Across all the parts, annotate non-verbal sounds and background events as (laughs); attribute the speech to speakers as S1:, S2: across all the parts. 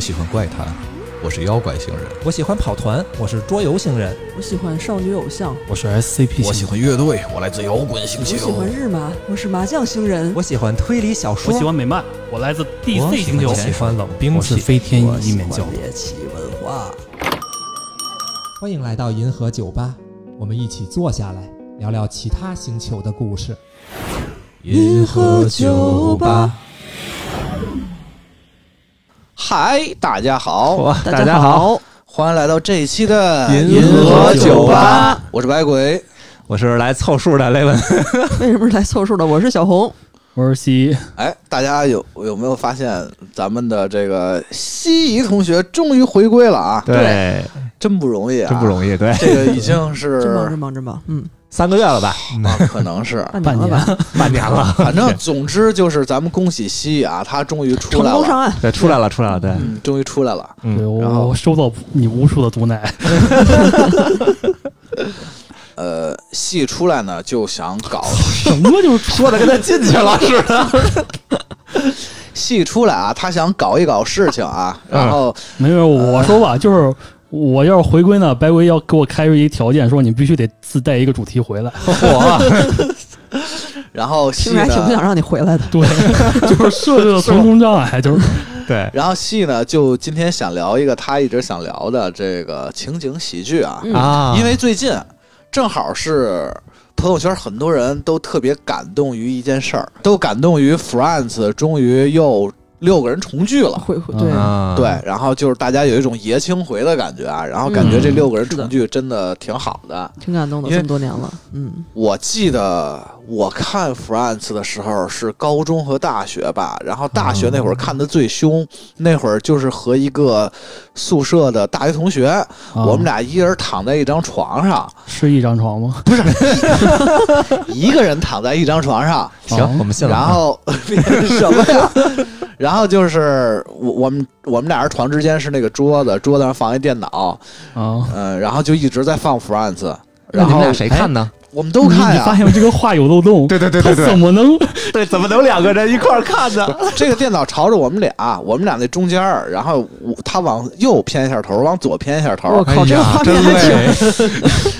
S1: 喜欢怪谈，我是妖怪星人；
S2: 我喜欢跑团，我是桌游星人，
S3: 我喜欢少女偶像，
S4: 我是 SCP，
S1: 我喜欢乐队，我来自摇滚
S3: 我
S1: 星
S3: 喜
S1: 球
S3: 欢；日麻，我是麻将星人，
S2: 我喜欢推理小
S5: 我
S2: 说，
S5: 喜欢美漫，我来自 DC 星球
S2: 我。喜欢冷兵
S4: 我是
S2: 器。
S4: 飞天
S3: 我
S4: 一
S3: 喜
S4: 面教
S3: 欢。猎奇文化。
S2: 欢迎来到银河酒吧，我们一起坐下来聊聊其他星球的故事。
S3: 银河酒吧，
S1: 嗨，大家好，
S3: 大家好，
S1: 欢迎来到这一期的
S2: 银河酒吧，
S1: 我是白鬼。
S2: 我是来凑数的雷文，
S3: (laughs) 为什么是来凑数的？我是小红，
S4: 我是西，
S1: 哎，大家有有没有发现咱们的这个西怡同学终于回归了啊？
S3: 对，
S1: 真不容易啊，
S2: 真不容易，对，
S1: 这个已经
S3: (laughs)
S1: 是
S3: 真棒真棒真棒，嗯，
S2: 三个月了吧，
S1: 啊，可能
S2: (laughs)
S1: 是。
S3: 半年了吧，
S2: 半年了，
S1: 反正总之就是，咱们恭喜西啊，他终于出
S3: 成
S1: 来
S3: 功上
S1: 了，
S3: 岸，
S2: 对，出来了，出来了，对，
S1: 嗯，终于出来了。
S2: 嗯
S4: 对
S1: 然后
S4: 我我收到你无数的毒奶，
S1: 呃，戏出来呢就想搞，
S4: 什么就是 (laughs)
S2: 说的跟他进去了似的。
S1: 戏出来啊，他想搞一搞事情啊，
S2: 嗯
S1: 然后
S4: 没有我说吧，就是我要是回归呢，白龟要给我开出一个条件，说你必须得自带一个主题回来。 (laughs)
S2: 嚯，
S1: 然后戏
S3: 听着还
S1: 呢
S3: 挺不想让你回来的。
S4: 对，就是设置了重重障碍，就是
S1: (laughs)
S4: 啊
S2: 对，
S1: 然后戏呢就今天想聊一个他一直想聊的这个情景喜剧啊，
S3: 嗯
S2: 啊，
S1: 因为最近正好是。朋友圈很多人都特别感动于一件事儿，都感动于 France 终于又六个人重聚了。
S3: 回回对，
S2: 啊
S1: 对，然后就是大家有一种爷青回的感觉啊，然后感觉这
S2: 嗯
S1: 六个人
S3: 是的
S1: 重聚真的挺好的。
S3: 挺感动的，
S1: 因为
S3: 这么多年了，嗯，
S1: 我记得我看 France 的时候是高中和大学吧，然后大学那会儿看的最凶，那会儿就是和一个宿舍的大学同学，
S2: 啊
S1: 我们
S4: 俩
S1: 俩一人躺在一张床上，
S4: 是一张床吗？
S1: 一个人躺在一张床上，
S2: (laughs) 行
S4: 啊，
S2: 我们信了。
S1: 然后 (laughs) 什么呀？ (laughs) 然后就是我我们我们俩人床之间是那个桌子，桌子上放一电脑，
S4: 啊，
S1: 嗯、然后就一直在放 France，
S2: 那
S1: 然
S2: 你们
S1: 后
S2: 俩谁看呢？
S1: 我们都看
S4: 你你
S1: 呀、
S4: 发现吗这个话有漏洞？
S2: 对对对
S4: 他怎么能
S2: 对，怎么能两个人一块儿看呢？
S1: 这个电脑朝着我们俩，我们俩那中间儿，然后我他往右偏一下头，往左偏一下
S3: 我
S1: 头，
S3: 靠，这个画面还挺
S2: 挺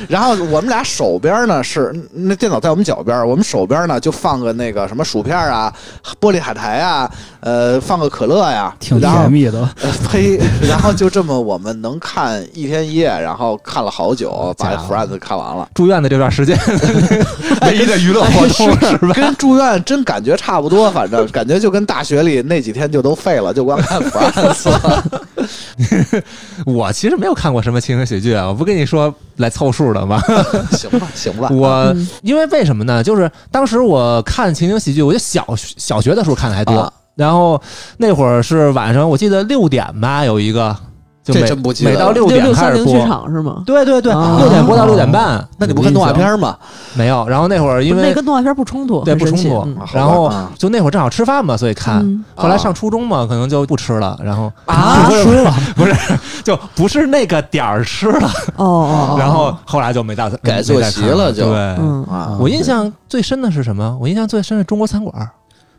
S3: (laughs)
S1: 然后我们俩手边呢是那电脑在我们脚边儿，我们手边呢就放个那个什么薯片儿啊、玻璃海苔啊，呃，放个可乐呀、
S4: 挺
S1: 然
S4: 甜
S1: 后
S4: 蜜的？
S1: 呃呸， (laughs) 然后就这么我们能看一天一夜，然后看了好久，把
S2: 假的
S1: Friends 看完了，
S2: 住院的这段时 (laughs) 间，唯一的娱乐活动是吧？
S1: 跟住院真感觉差不多，反正感觉就跟大学里那几天就都废了，就光看 Friends 了。
S2: (laughs) 我其实没有看过什么情景喜剧啊，我不跟你说来凑数的 (laughs) 吗？
S1: 行吧，行吧，
S2: 我
S3: 嗯
S2: 因为呃为什么呢？就是当时我看情景喜剧，我就小小学的时候看的还多，
S1: 啊
S2: 然后那会儿是晚上，我记得六点吧，有一个，就
S1: 这
S2: 每
S1: 真不记得
S2: 每到六
S3: 六
S2: 点
S3: 六
S2: 开
S3: 三
S2: 始
S3: 零剧
S2: 播。
S3: 场是吗？
S2: 对对对，
S3: 啊
S2: 六点播到六点半，
S1: 那你不看动画片儿吗？
S2: 没有？然后那会儿因
S3: 那
S2: 为
S3: 跟动画片不冲突，
S2: 对
S3: 很
S2: 不
S3: 神
S2: 冲
S3: 奇
S2: 突
S3: 嗯，
S1: 好吧
S2: 然后
S1: 啊
S2: 就那会儿正好吃饭嘛，所以看。
S3: 嗯
S2: 后来上初中嘛，可能就不吃了，然后
S3: 啊
S2: (laughs) 不是不是就不是那个点儿吃了，
S3: 哦哦，哦
S2: (laughs) 然后后来就没再
S1: 改坐席了就
S2: 没再看对，
S3: 嗯
S1: 啊，
S2: 我印象最深的是什么？我印象最深是中国餐馆，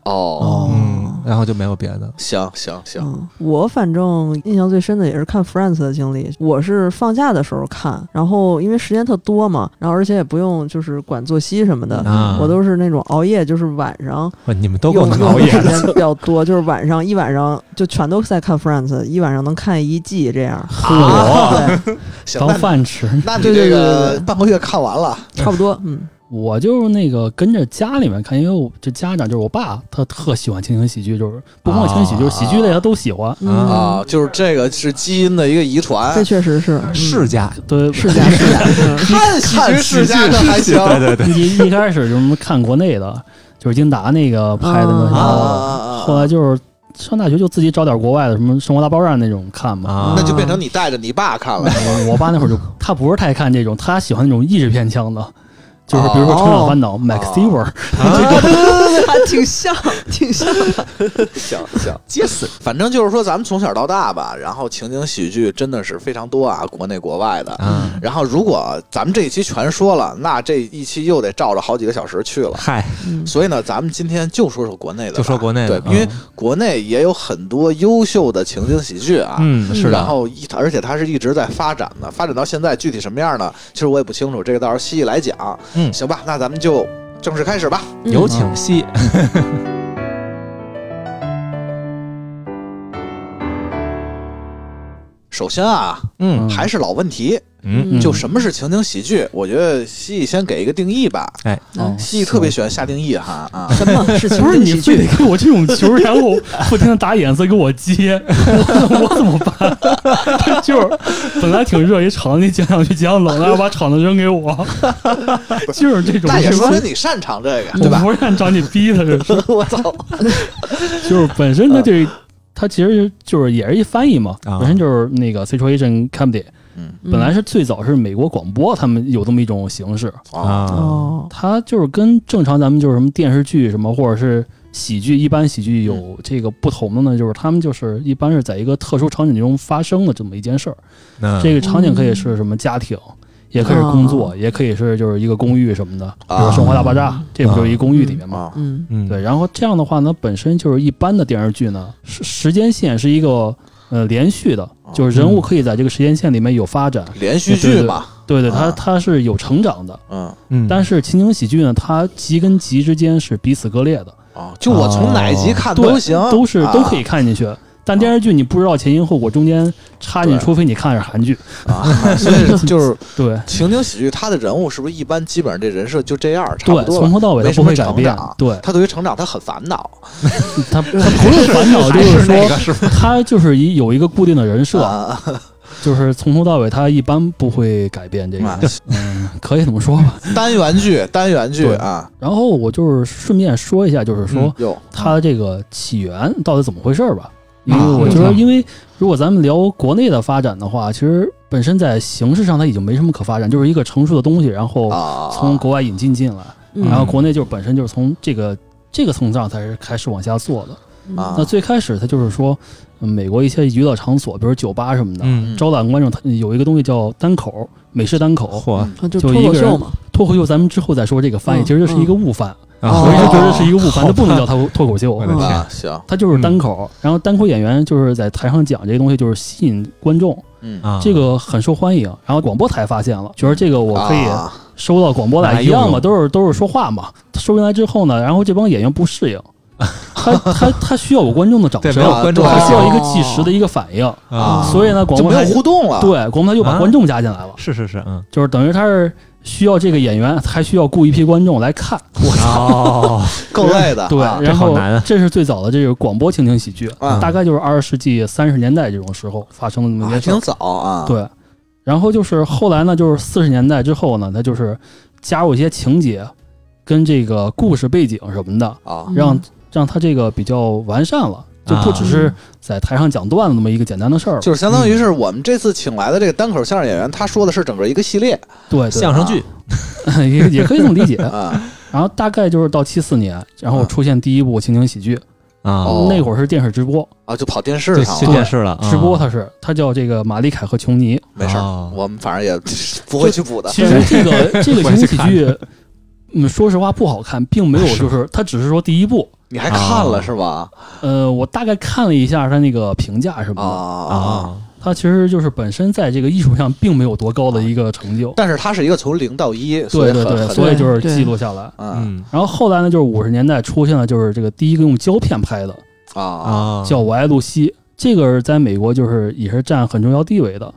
S1: 哦，
S3: 哦
S2: 嗯，然后就没有别的。
S1: 行行行，
S3: 嗯，我反正印象最深的也是看 Friends 的经历。我是放假的时候看，然后因为时间特多嘛，然后而且也不用就是管作息什么的，
S4: 嗯
S2: 啊
S3: 我都是那种熬夜，就是晚上
S2: 哇你们都够
S3: 用
S2: 能
S3: 用
S2: 熬
S3: 的
S2: 夜
S3: 时 (laughs)
S2: 的，
S3: 间比较多，就是晚上一晚上就全都在看 Friends，一晚上能看一季这 (laughs) 样，
S4: 啊呵，
S3: 对，
S1: 行，
S4: 当
S1: 啊那
S4: 饭吃。
S1: 那你
S3: 对对
S1: 哦这
S3: 对对
S1: 个
S3: 对
S1: 半个月看完了，
S3: 差不多，嗯，
S4: 我就是那个跟着家里面看，因为我这家长就是我爸，他特喜欢情景喜剧，就是不光是情景喜剧，就是喜剧类他都喜欢。
S3: 嗯
S1: 啊，就是这个是基因的一个遗传
S3: 这，确实是
S2: 世家
S4: 对，
S3: 是家是家，嗯
S1: 看喜剧世家的还行，
S2: 对对
S4: (laughs)
S2: 对，
S4: 一一开始就是什么看国内的，就是英达那个拍的那
S3: 啊
S4: 个，
S1: 啊啊啊
S4: 后
S1: 啊
S4: 来就是上大学就自己找点国外的什么《生活大爆炸》那种看嘛。
S2: 啊
S1: 那就变成你带着你爸看了，
S4: 我我爸那会儿就他不是太看这种，他喜欢那种意志片腔的，就是比如
S1: 哦
S4: 说《成长烦恼》Max Stever，
S3: 还挺像，挺像。
S1: 行行，结死。反正就是说，咱们从小到大吧，然后情景喜剧真的是非常多啊，国内国外的。
S6: 啊，
S1: 然后，如果咱们这一期全说了，那这一期又得照着好几个小时去了。
S6: 嗨，
S3: 嗯
S1: 所以呢，咱们今天就说说国内的吧，
S6: 就说国内的
S1: 对，因为
S6: 嗯
S1: 国内也有很多优秀的情景喜剧啊。
S6: 嗯，是
S1: 然
S6: 的，
S1: 后一，而且它是一直在发展的，发展到现在具体什么样呢？其实我也不清楚，这个到时候细细来讲。
S6: 嗯
S1: 行吧，那咱们就正式开始吧。
S3: 嗯
S6: 有请戏。
S1: 首先啊，
S6: 嗯
S1: 还是老问题，
S6: 嗯
S1: 就什么是情景喜剧？我觉得西西先给一个定义吧。
S4: 哦
S3: 嗯
S1: 西西特别喜欢下定义哈啊，
S3: 什么是 (laughs) 情
S4: 不是
S3: 景
S4: 你
S3: 喜
S4: 非得
S3: 剧？
S4: 给我这种球，然后不停的打眼色给我接，我我怎么办？ (laughs) 就是本来挺热一场，你讲两句讲冷了，然后把场子扔给我， (laughs) 就是这种。
S1: 那也说明你擅长这个，对
S4: 我
S1: 吧？
S4: 不是让找你逼的，这是
S1: (laughs) 我操，嗯
S4: 就是本身它这它其实就是也是一翻译嘛，
S6: 啊
S4: 本身就是那个 situation comedy，
S1: 嗯
S3: 嗯
S4: 本来是最早是美国广播他们有这么一种形式，
S1: 啊，
S6: 啊，
S3: 哦，
S4: 它就是跟正常咱们就是什么电视剧什么或者是喜剧一般喜剧有这个不同的呢，就是他们就是一般是在一个特殊场景中发生的这么一件事儿。
S2: 嗯
S6: 那
S4: 这个场景可以是什么家庭，也可以是工作，也可以是就是一个公寓什么的，比如说《生活大爆炸》，这不就是一公寓里面吗？
S1: 啊，
S3: 嗯
S6: 嗯
S4: 对，然后这样的话呢，本身就是一般的电视剧呢，时时间线是一个呃连续的，就是人物可以在这个时间线里面有发展，
S1: 连续
S4: 对
S1: 剧
S4: 对
S1: 嘛，
S4: 对对，它
S1: 啊
S4: 它是有成长的。
S1: 嗯，
S6: 嗯，
S4: 但是情景喜剧呢，它集跟集之间是彼此割裂的，
S1: 啊，就我从哪一集看都
S4: 对
S1: 行，
S4: 都是
S1: 啊
S4: 都可以看进去。但电视剧你不知道前因后果，中间插进去，
S1: 对
S4: 除非你看是韩剧。
S1: 啊，所以就是
S4: 对
S1: 情景喜剧，它的人物是不是一般基本上这人设就这样，差不
S4: 对，
S1: 多
S4: 从
S1: 了。
S4: 头到尾
S1: 没
S4: 它不
S1: 什么啊
S4: 会改
S1: 成
S4: 变
S1: 长。
S4: 对，
S1: 他对于成长，他很烦恼。 (laughs)
S4: 它它不是烦恼，就
S6: 还是那
S4: 说
S6: 个是吧？
S4: 它就是一有一个固定的人设，
S1: 啊，
S4: 就是从头到尾它一般不会改变这
S1: 啊
S4: 个。嗯，可以这么说吧。
S1: 单元剧，单元剧
S4: 对
S1: 啊，
S4: 然后我就是顺便说一下，就是说。
S6: 嗯
S1: 哟，
S4: 它这个起源到底怎么回事儿吧？因为
S1: 啊
S4: 我
S6: 我
S4: 觉
S6: 知道
S4: 得，因为如果咱们聊国内的发展的话，其实本身在形式上它已经没什么可发展，就是一个成熟的东西，然后
S1: 啊，
S4: 从国外引进进来，
S3: 嗯
S4: 然后国内就本身就是从这个这个层上才是开始往下做的。
S3: 嗯
S1: 啊
S4: 那最开始它就是说，嗯美国一些娱乐场所，比如酒吧什么的，
S6: 嗯，
S4: 招揽观众，它有一个东西叫单口美式单口
S6: 嚯
S1: 嗯
S3: 啊就脱
S4: 就一
S3: 口
S4: 个
S3: 秀
S4: 人
S3: 嘛，
S4: 脱口秀，咱们之后再说这个翻译，
S3: 嗯
S4: 其实就是一个误翻，
S6: 啊
S4: 嗯我一直觉得
S3: 哦
S4: 是一个误翻，它不能叫
S6: 他
S4: 它脱口
S2: (laughs)
S4: 秀
S6: 我。的
S1: 啊
S6: 天，
S1: 行，
S4: 他就是单口，然后单口演员就是在台上讲这些东西，就是吸引观众，
S1: 嗯，
S6: 啊，
S4: 这个很受欢迎。然后广播台发现了，觉得这个我可以
S1: 啊
S4: 收到广播
S6: 拿来
S4: 来一
S6: 用
S1: 哎
S4: 样
S6: 用
S4: 嘛，都是都是说话嘛。收进来之后呢，然后这帮演员不适应，他他他需要有观众的掌
S6: 对，没
S4: 声，
S6: 有
S1: 啊
S6: 观众
S1: 对
S4: 他需要一个
S3: 哦
S4: 计时的一个反应，
S1: 啊
S4: 所以呢，广
S1: 就
S4: 播
S1: 没
S4: 台
S1: 有啊互动了。
S4: 对广播台就把观众加进来了，
S6: 是是是，嗯，
S4: 就是等于他是需要这个演员，还需要雇一批观众来看。我
S6: 哦，
S1: 够累的，
S4: 对，
S1: 啊
S4: 然
S6: 好
S4: 后
S6: 难啊
S4: 这是最早的这个广播情景喜剧，
S1: 嗯
S4: 大概就是二十世纪三十年代这种时候发生的那么一
S1: 还
S4: 件事
S1: 挺
S4: 儿。
S1: 早啊。
S4: 对，然后就是后来呢，就是四十年代之后呢，它就是加入一些情节跟这个故事背景什么的，
S1: 啊
S3: 嗯
S4: 让让它这个比较完善了，就不
S6: 啊
S4: 只是在台上讲段子那么一个简单的事儿了。
S1: 就是相当于是我们这次请来的这个单口相声演员，他说的是整个一个系列
S4: 对，
S6: 相声剧
S4: 对， (laughs) 也也可以这么理解。
S1: 啊，
S4: 然后大概就是到七四年，然后出现第一部情景喜剧，
S6: 啊，
S1: 哦
S4: 那会儿是电视直播，
S1: 啊，就跑电
S6: 就
S1: 视上
S6: 去
S1: 了。
S6: 电视了，啊
S4: 直播它是它叫这个玛丽凯和琼尼。
S1: 没事儿
S6: 哦，
S1: 我们反正也不会去补的。
S4: 其实这
S6: (laughs)
S4: 个这个
S6: 我也
S4: 情景
S6: 去
S4: 喜
S6: 看
S4: 剧，嗯，说实话不好看，并没有就是它只是说第一部，
S1: 你还看
S6: 啊
S1: 了是吧？
S4: 呃，我大概看了一下它那个评价什么
S1: 啊
S4: 的，
S1: 啊！
S6: 啊，
S4: 它其实就是本身在这个艺术上并没有多高的一个成就，
S1: 但是它是一个从零到一，哦所以
S4: 对对
S1: 很
S4: 对，
S1: 很
S4: 所以就是
S3: 对
S4: 记录下来。
S1: 嗯
S6: 嗯
S4: 然后后来呢，就是五十年代出现了就是这个第一个用胶片拍的
S1: 啊
S6: 啊，
S4: 叫《我爱露西》，这个是在美国就是也是占很重要地位的。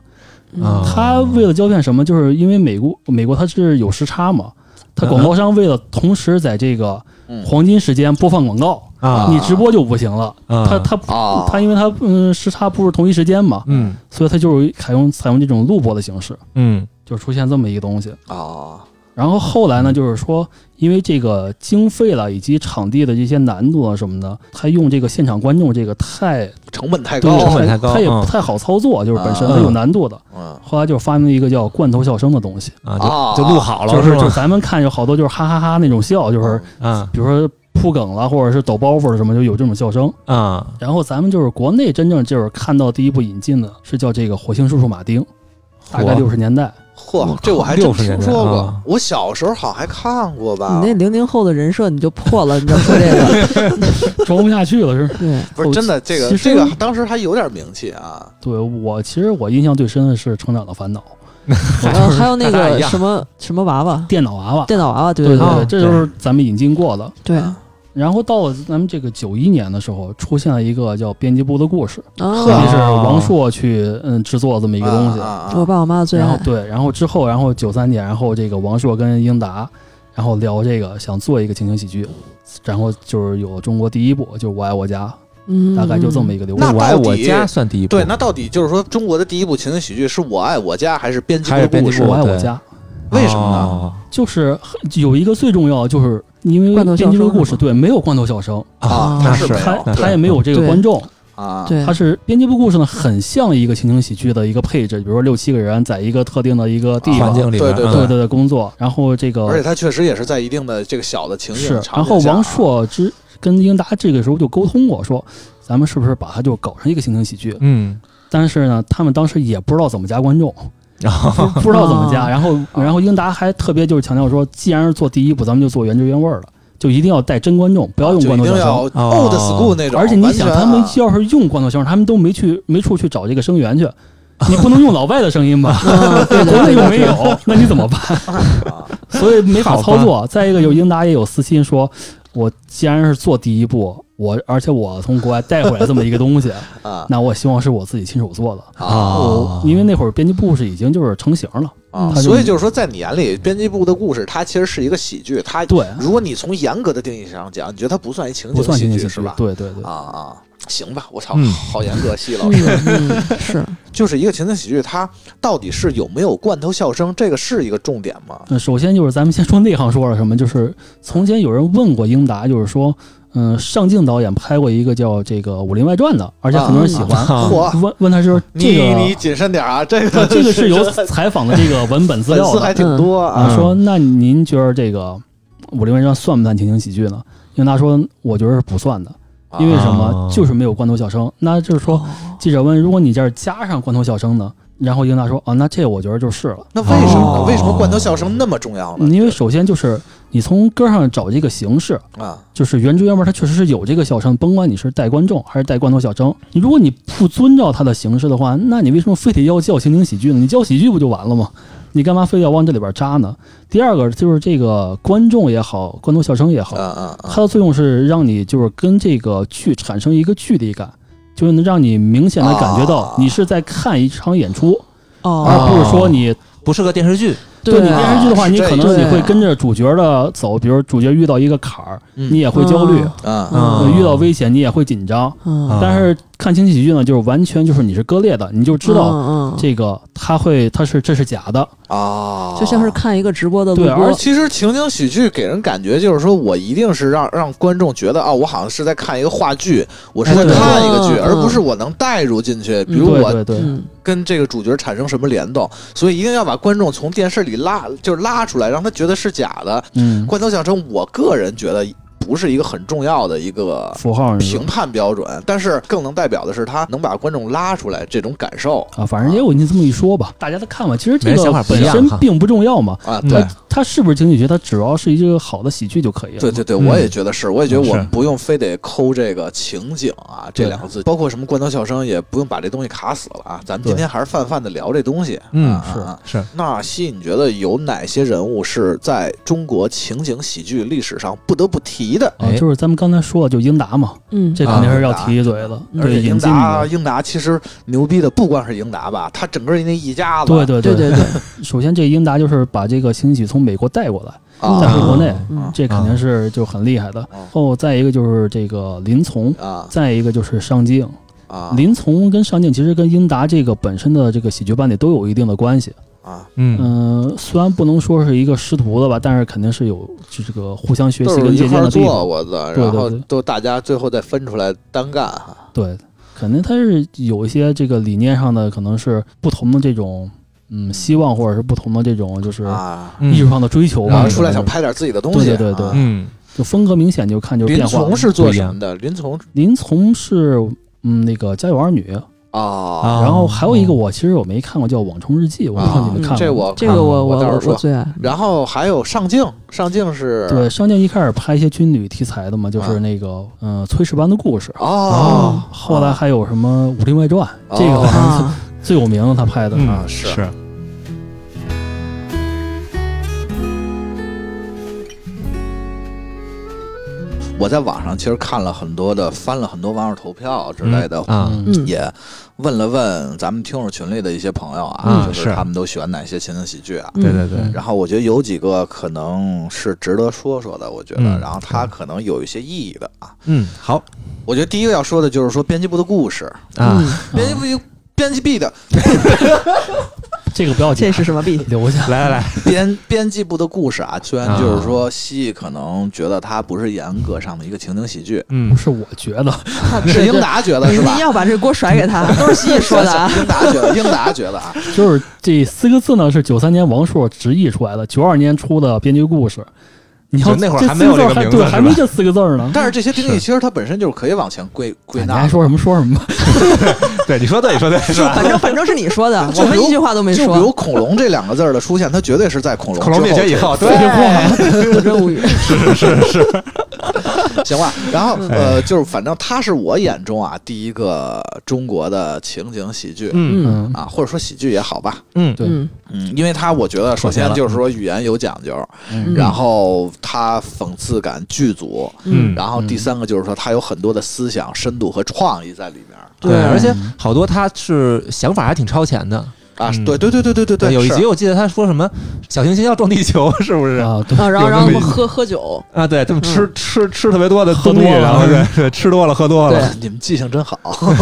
S3: 嗯
S6: 啊
S4: 他为了胶片什么，就是因为美国美国它是有时差嘛，它广告商为了同时在这个
S1: 嗯
S4: 黄金时间播放广告，
S6: 啊
S4: 你直播就不行了。
S6: 啊
S4: 它它
S1: 啊！
S4: 它因为它嗯时差不是同一时间嘛，
S6: 嗯
S4: 所以它就是采用采用这种录播的形式，
S6: 嗯
S4: 就出现这么一个东西。
S1: 啊
S4: 然后后来呢，就是说，因为这个经费了以及场地的这些难度啊什么的，他用这个现场观众这个太
S1: 成本太
S4: 对
S1: 高，
S4: 他
S1: 了。
S2: 本太高
S4: 他也
S2: 嗯
S4: 不太好操作，就是本身
S1: 啊
S4: 它有难度的。
S1: 嗯，
S4: 后来就发明了一个叫罐头笑声的东西，
S1: 啊
S2: 啊，就就录好了，
S4: 就是是就
S2: 吗？
S4: 咱们看有好多就是哈哈哈那种笑，就是
S2: 啊
S4: 比如说铺梗了或者是抖包袱了什么，就有这种笑声。
S2: 啊
S4: 然后咱们就是国内真正就是看到第一部引进的是叫这个《火星叔叔马丁》，大概
S2: 嚯
S4: 六十年代。
S1: 嚯
S2: 我，
S1: 这我还真
S2: 靠60
S1: 听
S2: 年代
S1: 说过
S2: 啊，
S1: 我小时候好像还看过吧
S3: 你那。零零后的人设你就破了，你就说这个，
S4: 装不下去了是？
S3: 对，
S4: (laughs)
S1: 不是真的，这个
S4: 其实
S1: 这个当时还有点名气啊，
S4: 对我其实我印象最深的是《成长的烦恼》
S3: 然后还有那
S2: 大家一
S3: 个
S2: 样
S3: 什么什么娃娃，
S4: 电脑娃娃，
S3: 电脑娃娃，对
S4: 对
S3: 对
S2: 啊
S4: 对，这就是咱们引进过的。
S3: 对，
S1: 啊
S4: 然后到了咱们这个九一年的时候，出现了一个叫《编辑部的故事》，
S3: 啊
S4: 特别是王朔去嗯制作这么一个东西。
S1: 啊啊
S3: 我
S1: 啊
S3: 爸我妈的最
S4: 然后
S3: 爱，
S4: 对，然后之后，然后九三年，然后这个王朔跟英达，然后聊这个想做一个情景喜剧，然后就是有中国第一部，就是《我爱我家》，
S3: 嗯，
S4: 大概就这么一个流
S1: 那
S4: 程。
S2: 我爱
S1: 到
S2: 我
S1: 底
S2: 家算第一部，
S1: 对，那到底就是说中国的第一部情景喜剧是我爱我家还是编辑
S2: 还是
S1: 部的
S2: 编
S1: 故
S2: 辑
S1: 事
S2: 部？
S4: 我爱我
S2: 对
S4: 家，
S1: 为什么呢？
S2: 哦
S4: 就是有一个最重要，就是因为
S3: 罐头笑
S4: 编辑部
S3: 声
S4: 故
S3: 是
S4: 事
S3: 吗
S4: 对没有罐头笑声，
S2: 啊
S1: 啊，
S2: 那
S1: 他
S2: 是
S1: 没
S4: 他
S1: 有，
S2: 那
S4: 他
S2: 是
S4: 也没有这个
S3: 对
S4: 观众，
S1: 啊，
S3: 对，
S4: 它是编辑部故事呢，很像一个情景喜剧的一个配置，比如说六七个人在一个特定的一个地
S1: 啊
S4: 方，
S2: 环境里
S1: 对
S2: 边
S1: 对
S2: 嗯
S4: 对对对工作，然后这
S1: 而且
S4: 个
S1: 他确实也是在一定的这个小的情景
S4: 是，
S1: 场
S4: 然
S1: 景
S4: 后
S1: 下啊
S4: 王朔之跟英达这个时候就沟通过，说咱们是不是把它就搞成一个情景喜剧？
S2: 嗯，
S4: 但是呢，他们当时也不知道怎么加观
S1: (laughs)
S4: 众，
S2: 然后
S4: 不知道怎么加，
S3: 啊
S4: 然后然后英达还特别就是强调说，既然是做第一部，咱们就做原汁原味儿的，就一定要带真观众，不要用
S1: 啊就
S4: 罐
S1: 一
S4: 头
S1: 定
S4: 笑
S1: 要
S4: 声。
S1: old school 那种，
S4: 啊而且你想，
S1: 完全啊
S4: 他们要是用罐头笑声，他们都没去没处去找这个声源去， (laughs) 你不能用老外的声音吧？
S3: 嗯对
S4: (laughs) 国
S3: 对
S4: 内又
S3: 对
S4: 没有，那你怎
S1: (laughs)
S4: 么办？
S1: 啊
S4: 所以没法操作。再一个，有英达也有私心说，我既然是做第一步，我而且我从国外带回来这么一个东西，
S1: (laughs) 啊
S4: 那我希望是我自己亲手做的。
S1: 啊
S4: 我因为那会儿编辑部是已经就是成型了，
S1: 啊！
S4: 嗯他就
S1: 所以就是说，在你眼里，编辑部的故事它其实是一个喜剧，它
S4: 对，啊
S1: 如果你从严格的定义上讲，你觉得它不算一情
S4: 不算情景
S1: 喜
S4: 喜剧
S1: 是吧？
S4: 对对对
S1: 啊，啊，行吧，我操
S2: 嗯，
S1: 好严格，西老师，
S3: 嗯，嗯
S4: (laughs)
S3: 是，
S1: 就是一个情景喜剧，它到底是有没有罐头笑声，这个是一个重点吗？
S4: 嗯，首先就是咱们先说内行说了什么，就是从前有人问过英达，就是说，嗯，上镜导演拍过一个叫这个《武林外传》的，而且很多人喜欢。
S2: 啊
S1: 嚯，
S4: 问问他就是这
S1: 你
S4: 个，
S1: 你谨慎点啊，这
S4: 呃
S1: 个
S4: 这个是
S1: (laughs)
S4: 有
S1: 真的
S4: 采访的这个文本资
S1: 粉
S4: 料
S1: 丝还
S4: 的。
S1: 挺多啊
S4: 啊，
S2: 嗯
S4: 说那您觉得这个《武林外传》算不算情景喜剧呢？英达说，我觉得是不算的，因为什么？
S2: 啊
S4: 就是没有罐头笑声。那就是
S1: 哦
S4: 说，记者问，如果你这儿加上罐头笑声呢？然后英达说，啊，那这我觉得就是了。
S1: 那为什么呢？
S2: 哦
S1: 为什么罐头笑声那么重要呢？
S4: 因为首先就是你从歌上找这个形式，
S1: 啊，
S4: 就是原汁原味，它确实是有这个笑声，甭管你是带观众还是带罐头笑声。你如果你不遵照它的形式的话，那你为什么非得要叫情景喜剧呢？你叫喜剧不就完了吗？你干嘛非得要往这里边扎呢？第二个就是这个观众也好，罐头笑声也好
S1: 嗯，嗯嗯
S4: 它的作用是让你就是跟这个剧产生一个距离感，就是能让你明显的感觉到
S1: 啊
S4: 你是在看一场演出，而
S3: 哦，
S4: 不是说你
S2: 不是个电视剧，
S4: 对啊你
S3: 啊
S4: 电视剧的话，
S1: 是
S4: 你
S1: 这
S4: 可
S1: 样
S4: 能你
S3: 对
S4: 会跟着主角的走，比如主角遇到一个坎儿，
S1: 嗯
S4: 你也会焦虑；
S3: 啊
S1: 嗯
S2: 嗯
S4: 呃遇到危险，你也会紧张。
S3: 嗯，
S2: 啊
S4: 但是看情景喜剧呢，就是完全就是你是割裂的，你就知道
S3: 嗯，嗯
S4: 这个他会他是这是假的，
S1: 啊，
S3: 就像是看一个直播的录
S4: 对
S3: 播
S4: 而，
S1: 其实情景喜剧给人感觉就是说我一定是让让观众觉得啊，我好像是在看一个话剧，我是在
S4: 哎对
S1: 看一个剧，
S3: 嗯
S1: 而不是我能带入进去。比如
S4: 对
S1: 我
S4: 对对。
S3: 嗯，
S1: 跟这个主角产生什么联动，所以一定要把观众从电视里拉，就是拉出来，让他觉得是假的。
S4: 嗯，
S1: 罐头相声，我个人觉得不是一个很重要的一个
S4: 符号是吧
S1: 评判标准，但是更能代表的是他能把观众拉出来这种感受
S4: 啊，反正也有你这么一说吧，大家都看吧。其实
S2: 每
S4: 这
S2: 人想
S4: 个
S2: 法不一
S4: 本
S2: 样
S4: 身
S2: 哈
S4: 并不重要嘛，
S1: 啊。
S2: 嗯
S1: 对，
S4: 它是不是情景喜剧，它只要是一个好的喜剧就可以了。
S1: 对对对，
S2: 嗯
S1: 我也觉得是，我也觉得我们
S2: 是
S1: 不用非得抠这个情景啊这
S4: 哦对
S1: 两个字，包括什么罐头笑声，也不用把这东西卡死了啊。咱们今
S4: 对
S1: 天还是泛泛的聊这东西。
S2: 嗯
S1: 啊啊啊
S2: 是
S1: 那西，你觉得有哪些人物是在中国情景喜剧历史上不得不提的？
S4: 啊
S2: 哎，
S4: 就是咱们刚才说的，就英达嘛，
S3: 嗯，
S4: 这肯定是要提一嘴的。
S1: 而
S4: 对
S1: 且英
S4: 引进
S1: 达，
S4: 的，
S1: 英达其实牛逼的，不光是英达吧，他整个那一家子，
S4: 对对
S3: 对对对，
S4: (laughs) 首先，这英达就是把这个兴起从美国带过来，带
S1: 啊
S4: 回国内，
S3: 嗯
S4: 这肯定是就很厉害的。
S1: 啊
S4: 然后再一个就是这个林从，
S1: 啊
S4: 再一个就是上镜。
S1: 啊
S4: 林从跟上镜其实跟英达这个本身的这个喜剧班底都有一定的关系。
S1: 啊，
S6: 嗯
S4: 嗯，虽然不能说是一个师徒的吧，但是肯定是有就这个互相学
S1: 都
S4: 习
S1: 是
S4: 跟
S1: 一
S4: 借
S1: 块
S4: 鉴
S1: 儿
S4: 的地
S1: 做
S4: 方。
S1: 过的，
S4: 对
S1: 然
S4: 对
S1: 后
S4: 对
S1: 都大家最后再分出来单干哈。
S4: 对，肯定他是有一些这个理念上的，可能是不同的这种嗯希望，或者是不同的这种就是
S1: 啊，
S2: 嗯
S4: 艺术上的追求吧。
S1: 然后
S4: 可能
S1: 出来
S4: 是
S1: 想拍点自己的东西。
S4: 对对对
S1: 啊
S6: 嗯
S4: 就风格明显就看就
S1: 林
S4: 变化了。
S1: 从是做
S2: 不一
S1: 什
S2: 样
S1: 么的？林从
S4: 林从是嗯那个《家有儿女》，
S1: 啊，
S4: 然后还有一个我其实我没看过叫《网冲日
S2: 啊
S4: 记》，我不知道你们看过。
S1: 啊嗯这我
S3: 这个我我
S1: 我到时候
S3: 我
S1: 说
S3: 最
S1: (laughs)
S3: 爱。
S1: 然后还有上镜，上镜是
S4: 对，上镜一开始拍一些军旅题材的嘛，就是那个嗯、呃炊事班的故事。
S1: 啊哦
S4: 后来还有什么《武林外传》，
S1: 哦
S4: 这个好像
S3: 啊，
S4: 是最有名的，他拍的。
S6: 嗯
S1: 啊是
S2: 是
S1: 我在网上其实看了很多的，翻了很多网友投票之类的，
S2: 啊，
S4: 嗯，
S3: 嗯，
S1: 也问了问咱们听众群里的一些朋友啊，
S2: 啊
S1: 就是
S2: 是
S1: 他们都喜欢哪些情景喜剧啊。
S3: 嗯
S2: 对对对，
S4: 嗯
S1: 然后我觉得有几个可能是值得说说的，我觉得，
S2: 嗯
S1: 然后它可能有一些意义的啊。
S2: 嗯，好
S1: 我觉得第一个要说的就是说编辑部的故事，
S4: 嗯
S2: 啊，
S1: 编辑部编辑部的
S4: 这个不要紧
S3: 这，是什么
S4: (laughs)
S3: 币？
S4: 留下。
S2: 来来来，
S1: 编 (laughs) 编辑部的故事啊，虽然就是说西蜴可能觉得它不是严格上的一个情景喜剧，
S2: 嗯
S4: (laughs) 不是，我觉得，
S1: 是英达觉得是吧。
S3: 你？要把这锅甩给他，都是西西说的啊
S1: (laughs) 英达觉得，英达觉得
S3: (laughs)
S1: 啊，
S4: 就是这四个字呢，是九三年王朔直译出来的，九二年出的编剧故事。你要
S2: 就那会儿
S4: 这
S2: 还
S4: 四
S2: 没有
S4: 字
S2: 这
S4: 儿
S2: 个名字
S4: 对，
S2: 是
S4: 还没
S2: 吧
S4: 这四个字儿呢。
S1: 但是这些定义其实它本身就是可以往前归归
S4: 你
S1: 纳
S3: 哎
S4: 爱
S1: 的。
S4: 说什么说什么吧。
S2: 对，你说对，你说对，是吧？
S3: 反正反正是你说 (laughs) 的，
S1: 就
S3: 我们
S1: 比如
S3: 一句话都没
S1: 就比如
S3: 说。
S1: “恐龙”这两个字儿的出现，它绝对是在恐龙
S2: 恐龙灭绝以后，对，
S3: 我真无语。
S1: 行吧。然
S2: 嗯
S1: 后呃，就是反正它是我眼中啊第一个中国的情景喜剧
S2: 嗯
S3: 嗯
S4: 嗯
S1: 啊，或者说喜剧也好吧。
S2: 嗯
S4: 对
S3: 嗯
S1: 嗯，因为它我觉得首先就是说语言有讲究，
S3: 嗯
S1: 然后它讽刺感巨足，
S2: 嗯，
S1: 然后第三个就是说它有很多的思想深度和创意在里面
S2: 对，而且
S4: 嗯
S2: 好多他是想法还挺超前的，
S1: 啊。
S2: 嗯
S1: 对对对对对对对，
S2: 有一
S1: 是
S2: 集我记得他说什么小行星要撞地球，是不是？
S4: 啊，
S3: (laughs)
S4: 对，
S3: 啊，然后
S2: 有那
S3: 然后
S2: 么一
S3: 喝喝酒，
S2: 啊，对，他们吃吃吃特别多的
S4: 喝
S2: 东西，
S4: 多了
S2: 然后对对，吃多了喝多了，
S1: 你们记性真好。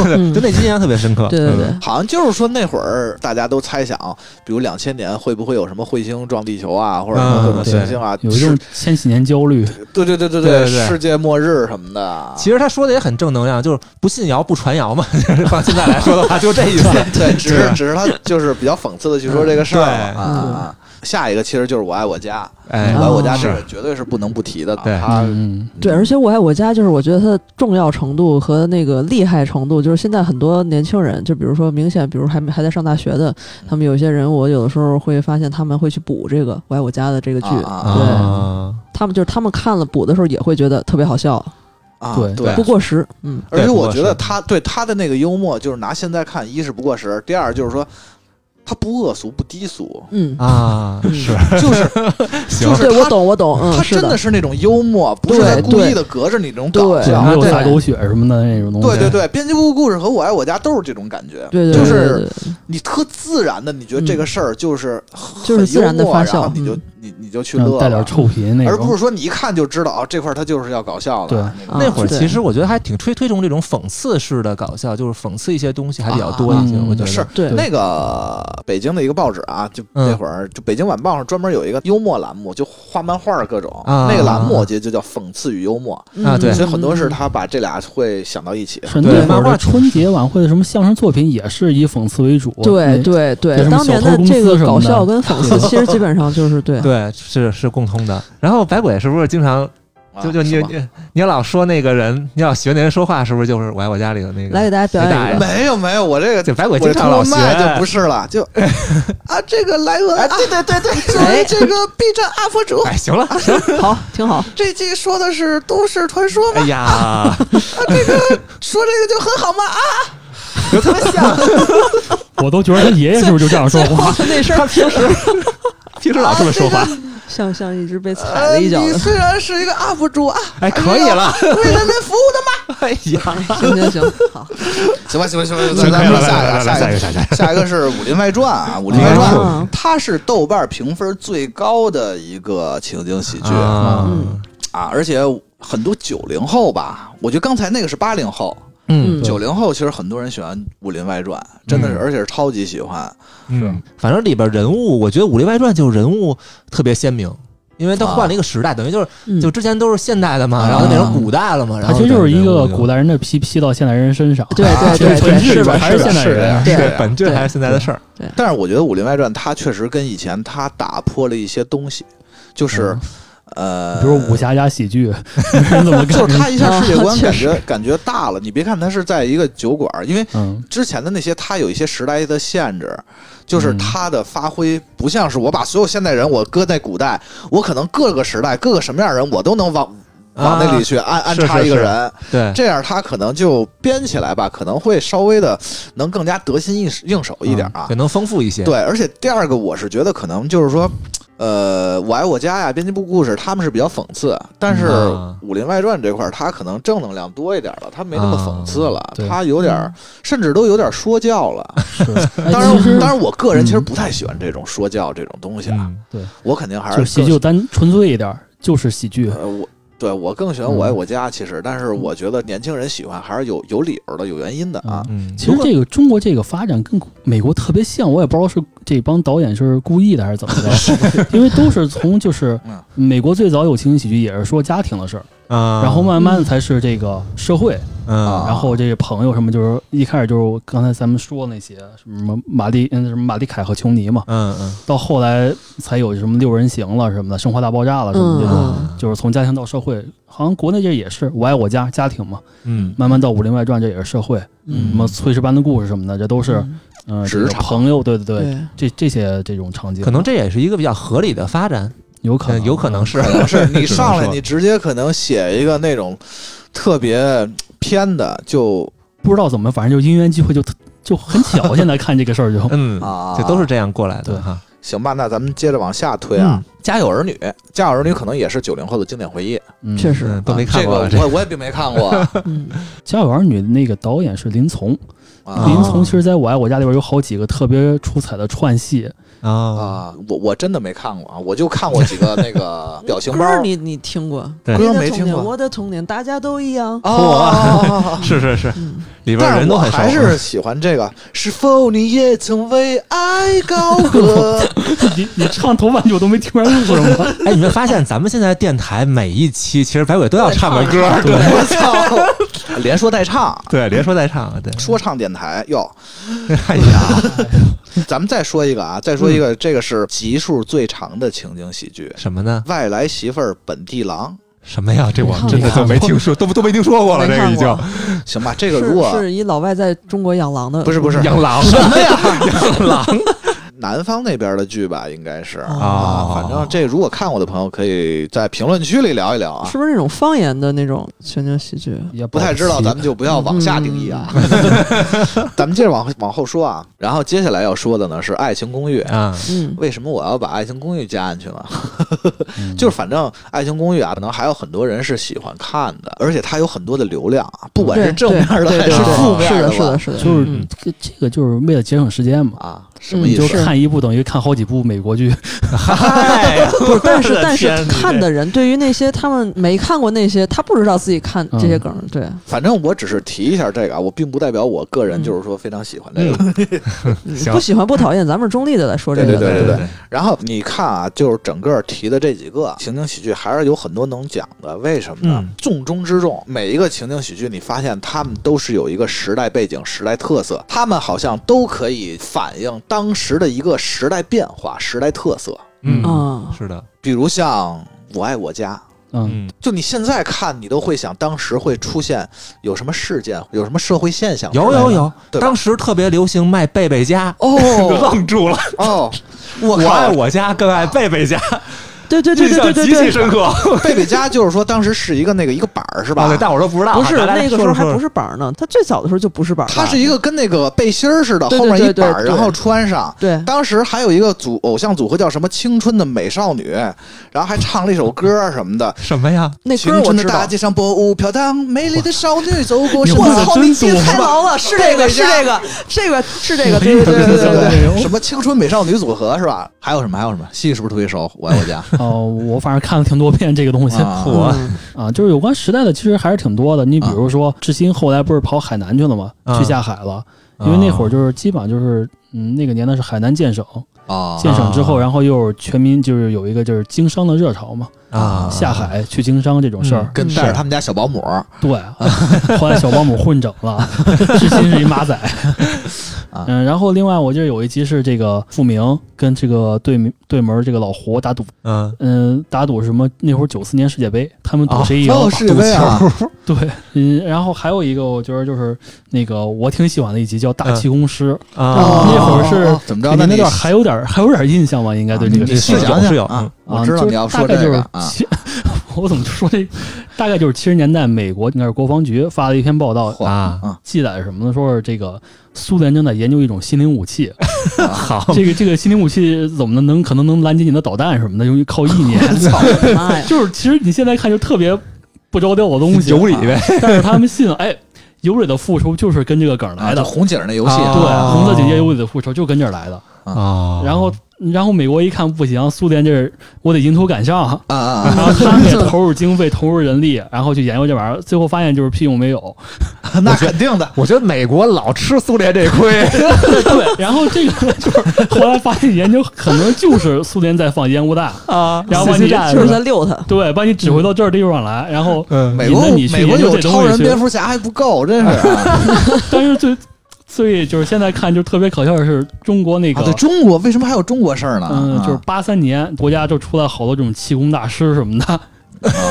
S3: 嗯
S2: 就那集印象特别深刻。嗯
S3: 对对对，
S1: 好像就是说那会儿大家都猜想，比如两千年会不会有什么彗星撞地球啊，或者什
S2: 嗯
S1: 么各种行星啊，
S4: 有一种千禧年焦虑。
S1: 世对对对对
S2: 对对对
S1: 世界末日什么的。
S2: 其实他说的也很正能量，就是不信谣不传谣嘛。 (laughs) 就是放现在来说的 (laughs) 话，就这意思。
S1: 对，只是
S2: (laughs) 对
S1: 只是他就是比较讽刺的去说这个事儿
S2: 嗯
S1: 嘛啊啊。啊下一个其实就是我爱我家，
S2: 哎
S1: 我爱我家
S3: 哦
S1: 这个绝对是不能不提的。啊
S2: 对
S1: 他
S4: 嗯，
S3: 对，而且我爱我家就是我觉得它的重要程度和那个厉害程度，就是现在很多年轻人，就比如说明显，比如还没还在上大学的，他们有些人，我有的时候会发现他们会去补这个《我爱我家》的这个剧，
S1: 啊
S3: 对
S2: 啊
S3: 他们就是他们看了补的时候也会觉得特别好笑，
S1: 啊，
S4: 对
S1: 对
S3: 不。过时，嗯，
S1: 而且
S2: 对不
S1: 我
S2: 过
S1: 觉得
S2: 时
S1: 他对他的那个幽默，就是拿现在看，一是不过时，第二就是说他不恶俗不低俗，
S3: 嗯，
S2: 啊，是
S1: 就是
S2: 行
S1: 就是
S3: 对我
S1: 他
S3: 懂我懂，嗯，
S1: 他
S3: 是
S1: 真的是那种幽默，不是
S3: 对
S1: 在故意
S3: 对
S1: 的隔着你这种搞
S3: 对
S4: 然
S1: 笑
S3: 啊。
S4: 后
S3: 对
S4: 撒狗血什么的那种东西。嗯
S1: 对对对，编辑部故事和我爱我家都是这种感觉，
S3: 对对，
S1: 就
S3: 对对
S1: 是
S3: 对对
S1: 你特自然的，你觉得这个事儿就是很
S3: 就是自然地发酵
S1: 幽默然后你就
S3: 嗯
S1: 你你就去
S4: 嗯
S1: 乐
S4: 带点
S1: 了，
S4: 臭皮那
S1: 而不
S4: 种
S1: 是。说你一看就知道啊，这块儿他就是要搞笑
S4: 对
S1: 的。
S3: 啊
S2: 那会儿
S3: 对
S2: 其实我觉得还挺推推崇这种讽刺式的搞笑，就是讽刺一些东西还比较多一些。
S4: 啊
S2: 我觉得
S1: 是
S3: 对
S1: 那个北京的一个报纸啊，就
S2: 嗯
S1: 那会儿就《北京晚报》上专门有一个幽默栏目，就画漫画儿各种。
S2: 啊
S1: 那个栏目我记得就叫“讽刺与幽默
S2: 啊
S3: 嗯
S2: 对”，
S1: 所以很多事他把这俩会想到一 (laughs) 起。
S4: 是
S2: 对
S4: 那会
S2: 漫
S4: 儿
S2: 画
S4: 的春节晚会的什么相声作品也是以讽刺为主。
S3: 对
S4: 那，
S3: 对
S4: 那
S3: 对，
S4: 什么
S3: 当年
S4: 小偷
S3: 的
S4: 公司
S3: 这个
S4: 什么
S3: 搞
S4: 的
S3: 笑跟讽刺，其实基本上就是对，
S2: 对，是是共通的。然后百鬼是不是经常
S1: 啊
S2: 就就你
S1: 是吧
S2: 你你老说那个人，你老学那人说话，是不是就是我爱我家里的那个？
S3: 来给大家表演
S2: 没
S3: 一个，
S1: 没有没有，我这个
S2: 就百鬼
S1: 我
S2: 经
S1: 这
S2: 常
S1: 通
S2: 老
S1: 过
S2: 学，
S1: 麦就不是了， (laughs) 就啊，这个来哎文啊，对对对对，作为这个 B 站 UP 主，
S2: 哎，行了，
S3: 好，挺好，
S1: 这期说的是都市传说嘛
S2: 哎，呀，
S1: 说这个就很好嘛啊，
S2: 就特别像。
S4: 我都觉得他爷爷是不是就这
S3: (laughs)
S4: 样说话？
S3: 那声儿
S2: 平时平时老这么说话，
S3: 像像一只被踩
S1: 呃，
S3: 了一脚
S1: 你
S3: 的，
S1: 虽然是一个 UP 主啊，
S2: 哎，可以了，
S1: 为人民服务的嘛，
S2: 哎呀，
S3: 行行行，好，
S1: 行吧行吧行吧，
S2: 嗯可以
S1: 咱咱
S2: 了，
S1: 们
S2: 来来来
S1: 下
S2: 来，
S1: 一
S2: 下一
S1: 个下一
S2: 个，嗯下
S1: 个。
S2: 一个，
S1: 下一个是《武林外传》啊，《武林外传》
S3: 啊
S1: 它是豆瓣评分最高的一个情景喜剧
S2: 啊
S3: 嗯
S1: 啊，而且很多九零后吧，我觉得刚才那个是八零后，
S2: 嗯
S3: 嗯
S1: 九零后其实很多人喜欢《武林外传》，真的是，
S2: 嗯
S1: 而且是超级喜欢。
S2: 嗯，反正里边人物，我觉得《武林外传》就是人物特别鲜明，因为他换了一个时代，等于就是
S3: 嗯，
S2: 就之前都是现代的嘛，然后变成古代了嘛，然
S4: 他
S2: 后
S4: 其实就是一个
S2: 人物就
S4: 古代人的皮披到现代人身上，
S3: 对
S1: 啊
S3: 对
S4: (laughs) 其实
S3: 对
S4: 纯
S3: 对，
S4: 是
S3: 是吧？
S4: 还是
S1: 吧
S4: 现代
S1: 是这样
S4: 人啊
S1: 是这
S2: 对，
S1: 样
S2: 本质
S3: 对
S2: 还是现在的事儿，
S1: 但是我觉得《武林外传》它确实跟以前它打破了一些东西，
S2: 嗯
S1: 就是、呃，
S4: 比如武侠加喜剧， (laughs) 没人怎么
S1: (laughs) 就
S4: 干
S1: 是？他
S2: (laughs)
S1: 一下世界观
S3: 啊
S1: 感
S3: 确
S1: 觉感觉大了。你别看他是在一个酒馆儿，因为
S4: 嗯，
S1: 之前的那些他有一些时代的限制，就是
S4: 嗯
S1: 他的发挥不像是我把所有现代人我搁在古代，我可能各个时代各个什么样的人我都能往往那里去安安
S2: 啊是
S1: 插
S2: 是
S1: 一个
S2: 是
S1: 人，
S2: 对，
S1: 这样他可能就编起来吧，可能会稍微的能更加得心应应手一点啊
S2: 可。能丰富一些，
S1: 对，而且第二个我是觉得可能就是说，呃，我爱我家呀，编辑部故事他们是比较讽刺，但是
S2: 嗯啊
S1: 《武林外传》这块儿它可能正能量多一点了，它没那么讽刺了，
S4: 对
S1: 它有点儿甚至都有点儿说教了。
S3: 哎
S1: 当
S3: 其实
S1: 然，当然我个人其实不太喜欢这种说教这种东西啊，
S2: 嗯，
S1: 我肯定还
S4: 就是喜
S1: 更
S4: 剧单纯粹一点，就是喜剧。
S1: 呃我。对，我更喜欢《我爱我家》，其实，但是我觉得年轻人喜欢还是有有理由的，有原因的啊。
S2: 嗯，
S4: 其实这个中国这个发展跟美国特别像，我也不知道是这帮导演是故意的还是怎么着，因为都是从就是
S1: 嗯
S4: 美国最早有情景喜剧也是说家庭的事儿，
S2: 啊，
S4: 然后慢慢的才是这个社会，
S2: 嗯
S1: 啊
S4: 然后这个朋友什么就是一开始就是刚才咱们说那些什么马丽嗯什么马丽凯和琼尼嘛，
S2: 嗯嗯
S4: 到后来才有什么六人行了什么的，生活大爆炸了什么这种，
S3: 嗯，
S4: 就是从家庭到社会，好像国内这也是我爱我家家庭嘛，
S2: 嗯
S4: 慢慢到《武林外传》这也是社会，什么炊事班的故事什么的，这都是
S3: 嗯
S4: 嗯
S1: 职
S4: 这个
S1: 场
S4: 朋友，对对对，
S3: 对，
S4: 这这些这种场景，
S2: 可能这也是一个比较合理的发展，
S4: 有可
S2: 嗯
S4: 能
S2: 有可能是
S1: 呃可能是你
S2: 只能
S1: 上来
S2: 说
S1: 你直接可能写一个那种特别偏的，就
S4: 不知道怎么，反正就因缘机会就特就很
S1: (laughs)
S4: 巧，现在看这个事儿就
S2: 嗯
S1: 啊
S2: 这都是这样过来
S4: 对
S2: 的哈，
S1: 行吧，那咱们接着往下推啊，家有儿女》《家有儿女》可能也是九零后的经典回忆，
S4: 嗯
S3: 确实，
S2: 嗯，都没看过
S1: 啊这个，我我也并没看过
S3: 嗯，
S4: 家有儿女那个导演是林从，
S1: 啊
S4: 林从其实在我爱我家里边有好几个特别出彩的串戏， (laughs)
S2: 这啊，
S1: 啊，我我真的没看过啊，我就看过几个那个表情
S3: 歌
S1: 包
S3: 儿你你听过？
S2: 对
S1: 歌
S3: 你
S1: 儿
S3: 的
S1: 没
S3: 童
S1: 听
S3: 年
S1: 过啊
S3: 我的童年大家都一样。
S1: 哦，
S2: 是是是，
S3: 嗯，
S2: 里边
S1: 但
S2: 人
S1: 是我
S2: 都很熟，
S1: 还是喜欢这个。是否你也曾为爱高歌？
S4: 你你唱头半句我都没听出来是什
S1: (laughs)
S4: 么，
S2: 哎，你们发现咱们现在电台每一期其实白鬼都要唱个歌，对
S1: 我操！连说带唱，
S2: 对，连说带唱，对，
S1: 说唱电台哟。
S2: (laughs) 哎呀，
S1: 咱们再说一个啊，再说一个，这个是集数最长的情景喜剧，
S2: 什么呢？
S1: 《外来媳妇儿本地郎》。
S2: 什么呀？这我
S3: 没看
S2: 真的就没听说，都都没听说过了，这
S3: 没
S2: 个
S3: 看
S2: 已经
S3: 过
S1: 行吧，这个如果
S3: 是是一老外在中国养狼的，
S1: 不是不是
S2: 养狼
S1: 什么呀？
S2: 养狼
S1: (laughs) 南方那边的剧吧，应该是
S3: 哦
S1: 啊。反正这如果看过的朋友，可以在评论区里聊一聊啊。
S3: 是不是那种方言的那种情景喜剧？
S4: 也
S1: 不太知道，咱们就不要往下定义啊。
S3: 嗯
S1: (laughs) 咱们接着往往后说啊。然后接下来要说的呢是《爱情公寓》。
S2: 啊，
S3: 嗯，
S1: 为什么我要把《爱情公寓》加进去呢？
S2: 嗯
S1: (laughs) 就是反正《爱情公寓》啊，可能还有很多人是喜欢看的，而且它有很多的流量啊，不管是
S3: 对
S1: 正面的
S3: 对
S1: 还
S3: 对对
S1: 负面
S3: 是的，
S1: 吧
S3: 是的，是的，
S4: 就是
S3: 嗯
S4: 这这个就是为了节省时间嘛，
S1: 啊，什么
S3: 嗯
S1: 意
S4: 你就
S1: 思？
S4: 看一部等于看好几部美国剧，
S2: 嗨，
S3: 不是，但是但是
S2: 我的天
S3: 看的人，对于那些他们没看过那些，他不知道自己看这些
S4: 嗯
S3: 梗儿，对，
S1: 反正我只是提一下这个啊，我并不代表我个人
S3: 嗯
S1: 就是说非常喜欢这个。
S3: 嗯
S2: 行
S3: 不喜欢不讨厌，咱们是中立的来说这
S1: 对
S3: 个
S1: 对
S3: 的，
S1: 对 (laughs) 然后你看啊，就是整个提的这几个情景喜剧，还是有很多能讲的。为什么呢？
S2: 嗯
S1: 重中之重，每一个情景喜剧，你发现他们都是有一个时代背景、时代特色，他们好像都可以反映当时的一个时代变化、时代特色。
S2: 嗯
S3: 啊，
S2: 是的，
S1: 比如像《我爱我家》。
S4: 嗯，
S1: 就你现在看，你都会想当时会出现有什么事件，有什么社会现象之类
S2: 有
S1: 的？
S2: 有有，
S1: 对吧
S2: 当时特别流行卖贝贝家。 (laughs)
S1: 哦
S2: 愣住了！
S1: 哦，
S2: 我
S1: 靠
S2: 爱我家，更爱贝贝家，
S3: 对对对
S2: 印
S3: 对
S2: 象
S3: 对
S2: 极其
S3: 对对。
S2: 深刻。
S1: 贝贝家就是说当时是一个那个一个板儿是吧？
S2: 啊对，大伙儿都不知道啊，
S3: 不是
S2: 大家
S3: 那个时候还不
S2: 是
S3: 是板儿呢，他最早的时候就不是板儿了，
S1: 它是一个跟那个背心儿似的，
S3: 对
S1: 后面
S3: 对对
S1: 一
S3: 对
S1: 板儿，
S3: 对
S1: 然后穿上。
S3: 对
S1: 当时还有一个组偶像组合叫什么“青春的美少女”，然后还唱了一首歌儿什么的。
S2: 什么呀？
S3: 那歌
S1: 青
S3: 儿我
S1: 春的
S3: 知
S1: 大
S3: 道，
S1: 街上波舞飘荡，美丽的少女走过
S4: 你
S1: 身
S4: 会
S1: 旁。
S4: 操你记得。
S3: 太牢了，是这个是这个这个是这个，
S1: (laughs)
S3: 对对对对对
S1: 什么青春美少女组合是吧？还有什么？还有什么？戏是不是特别熟？我爱我家
S4: (laughs) 哦，我反正看了挺多遍这个东西
S1: 啊
S2: 我
S3: 嗯
S4: 啊，就是有关时代的其实还是挺多的。你比如说志新后来不是跑海南去了吗？
S2: 啊
S4: 去下海了，因为那会儿就是基本上就是嗯那个年代是海南建省，
S1: 啊
S4: 建省之后，然后又是全民就是有一个就是经商的热潮嘛，
S2: 啊
S4: 下海去经商这种事儿，
S1: 跟带着他们家小保姆，
S4: 对，啊 (laughs) 后来小保姆混整了， (laughs) 至今是一马仔。嗯，然后另外我记得有一集是这个付明跟这个对门对门这个老胡打赌，
S2: 嗯
S4: 嗯，打赌什么？那会儿九四年世界杯，他们赌谁赢？
S1: 哦，世界杯啊，
S4: 对，嗯，然后还有一个我觉得就是那个我挺喜欢的一集叫《大气功师》，
S1: 哦
S2: (laughs) 啊，
S4: 那会儿是
S1: 哦哦怎么着？
S4: 你那
S1: 你
S4: 段还有点还有点印象吧？应该对这个
S1: 你
S4: 事情
S1: 是
S2: 是
S1: 讲
S2: 有
S1: 讲
S2: 是有
S1: 啊
S2: 嗯，
S1: 我
S4: 啊
S1: 知道
S4: 就
S1: 你要
S4: 大
S1: 说
S4: 概
S1: 这
S4: 就
S1: 个
S4: 是
S1: 啊，
S4: 七， (laughs) 我怎么说这？大概就是七十年代美国应该是国防局发了一篇报道，
S1: 嚯
S2: 啊
S4: 记载什么呢？说是这个苏联正在研究一种心灵武
S1: (laughs)
S4: 器，
S2: 好
S4: 这个这个心灵武器怎么能能可能能拦截你的导弹什么的，用于靠意
S1: (laughs)
S4: 念。
S3: 妈哎
S4: (laughs)
S3: 呀！
S4: 就是其实你现在看就特别不着调的东西，啊
S2: 有理呗，
S4: 但是他们信了，哎，尤里的复仇就是跟这个梗儿来
S1: 啊，
S4: 的。
S1: 就红警那游戏，
S2: 啊
S4: 对，红色警戒尤里的复仇就跟这儿来的。
S2: 啊
S4: 然后，然后美国一看不行，苏联这儿我得迎头赶上，
S2: (laughs)
S1: 啊啊
S4: 然后他们也投入经费、投入人力，然后去研究这玩意儿，最后发现就是屁用
S2: (laughs)
S4: 没有。
S1: 啊，那肯定的，
S2: 我觉得美国老吃苏联这亏，
S4: 对，然后这个就是后来发现研究可能就是苏联在放烟雾弹，
S2: 啊
S4: 然后把
S2: 信
S4: 你
S2: 息战
S3: 就是是
S2: 吧
S3: 在溜他，
S4: 对，把你指挥到这儿地方来，然后
S2: 嗯
S1: 美国
S4: 引着你去
S1: 美国
S4: 研究
S1: 有
S4: 这东西
S1: 超人、
S4: 去
S1: 蝙蝠侠还不够，真是啊！
S4: (laughs) 但是最最就是现在看就特别可笑的是中国那个
S1: 啊，对中国为什么还有中国事儿呢？
S4: 嗯，
S1: 啊
S4: 就是八三年，国家就出来好多这种气功大师什么的， (laughs)
S1: 啊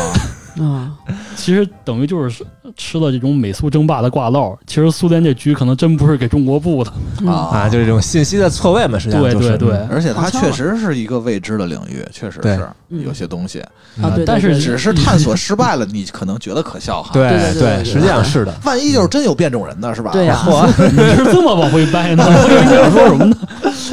S3: 啊，
S4: 其实等于就是吃了这种美苏争霸的挂漏。其实苏联这局可能真不是给中国布的，
S3: 嗯
S2: 啊，就是这种信息的错位嘛，实际上
S4: 对
S2: 就是
S4: 对对，
S1: 而且它
S3: 好像
S1: 确实是一个未知的领域，确实
S2: 对
S1: 是
S3: 嗯
S1: 有些东西，
S2: 嗯
S3: 啊对
S4: 但是
S1: 只是探索失败了，你可能觉得可笑哈。，
S3: 对
S2: 对
S3: 对对对
S2: 实际上是的。
S1: 万一就是真有变种人呢，是吧？
S3: 对
S1: (laughs)
S3: 呀
S4: (laughs) 你是这么往回掰呢？我以为你想说什么呢？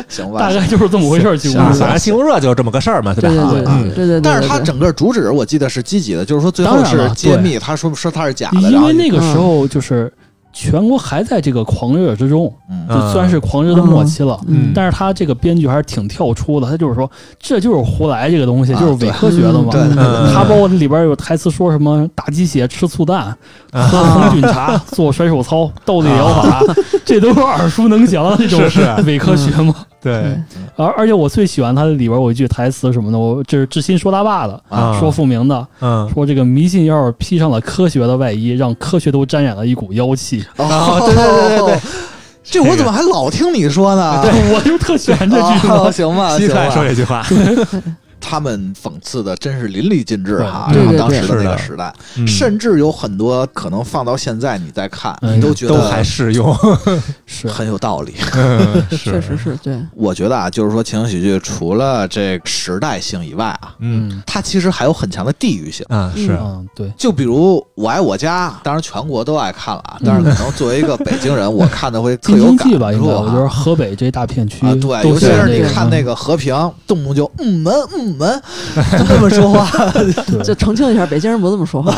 S1: 行吧
S4: 大。概就是这么回事儿，气功
S2: 啊
S4: 师
S2: 反正西红热就是这么个事儿嘛，对
S3: 对对
S2: 吧？
S3: 对对
S1: 嗯
S3: 对对，
S1: 但是它
S3: 他
S1: 整个主旨我记得是积极的，就是说最后
S4: 当然
S1: 是
S4: 了
S1: 揭秘，他说说他是假的，然
S4: 因
S1: 后嗯
S4: 为那个时候就是全国还在这个狂热之中，
S1: 嗯
S4: 就算是狂热的末期了。
S3: 嗯
S4: 但是他这个编剧还是挺跳出的，他就是说，这就是胡来这个东西，
S1: 啊
S4: 就是伪科学的嘛。
S1: 对对对
S2: 嗯
S4: 他包括里边有台词说什么打鸡血、吃醋蛋、
S2: 啊
S4: 喝红菌茶、做甩手操、斗地疗
S1: 啊
S4: 法，这都是耳熟能详的这
S1: (laughs)
S4: 种
S2: 是是
S4: 伪科学嘛。
S1: 嗯
S2: 对
S4: 而而且我最喜欢他的里边有一句台词什么的，我这是志新说他爸的，
S2: 啊
S4: 说付明的，
S2: 嗯
S4: 说这个迷信要是披上了科学的外衣，让科学都沾染了一股妖气。
S1: 哦，对对对对对，
S4: (laughs)
S1: 这我怎么还老听你说呢？
S4: 对 (laughs) 我就特喜欢这句嘛 (laughs)
S1: 哦，。 (laughs) 行吧，
S2: 西
S1: 行
S2: 太说
S1: 吧，
S2: 这句话，
S1: 他们讽刺的真是淋漓尽致哈，
S3: 对
S1: 然后
S3: 对
S1: 当时
S2: 对是
S1: 的那个
S2: 的
S1: 时代，
S2: 嗯
S1: 甚至有很多可能放到现在你再看，
S4: 嗯
S1: 你都觉
S2: 都还
S1: 得
S2: 适用，
S4: 是
S1: 很有道理。
S2: 嗯
S3: 确实是对，
S1: 我觉得啊，就是说情景喜剧除了这时代性以外啊，
S2: 嗯
S1: 它其实还有很强的地域性。
S2: (laughs) 啊是
S4: 嗯，对，
S1: 就比如《我爱我家》，当然全国都爱看了啊，但是可能作为一个北京人，我看的会特
S4: 京
S1: 有
S4: 津
S1: 感
S4: 冀
S1: 触
S4: 吧，应该我觉
S1: 啊
S4: 得。河北这大片区
S1: 啊，对，
S4: 都
S1: 尤其是你
S4: 这
S1: 看那个和平，动不动就嗯门嗯门，就这么说话
S4: 对
S3: 就澄清一下，北京人不这么说话，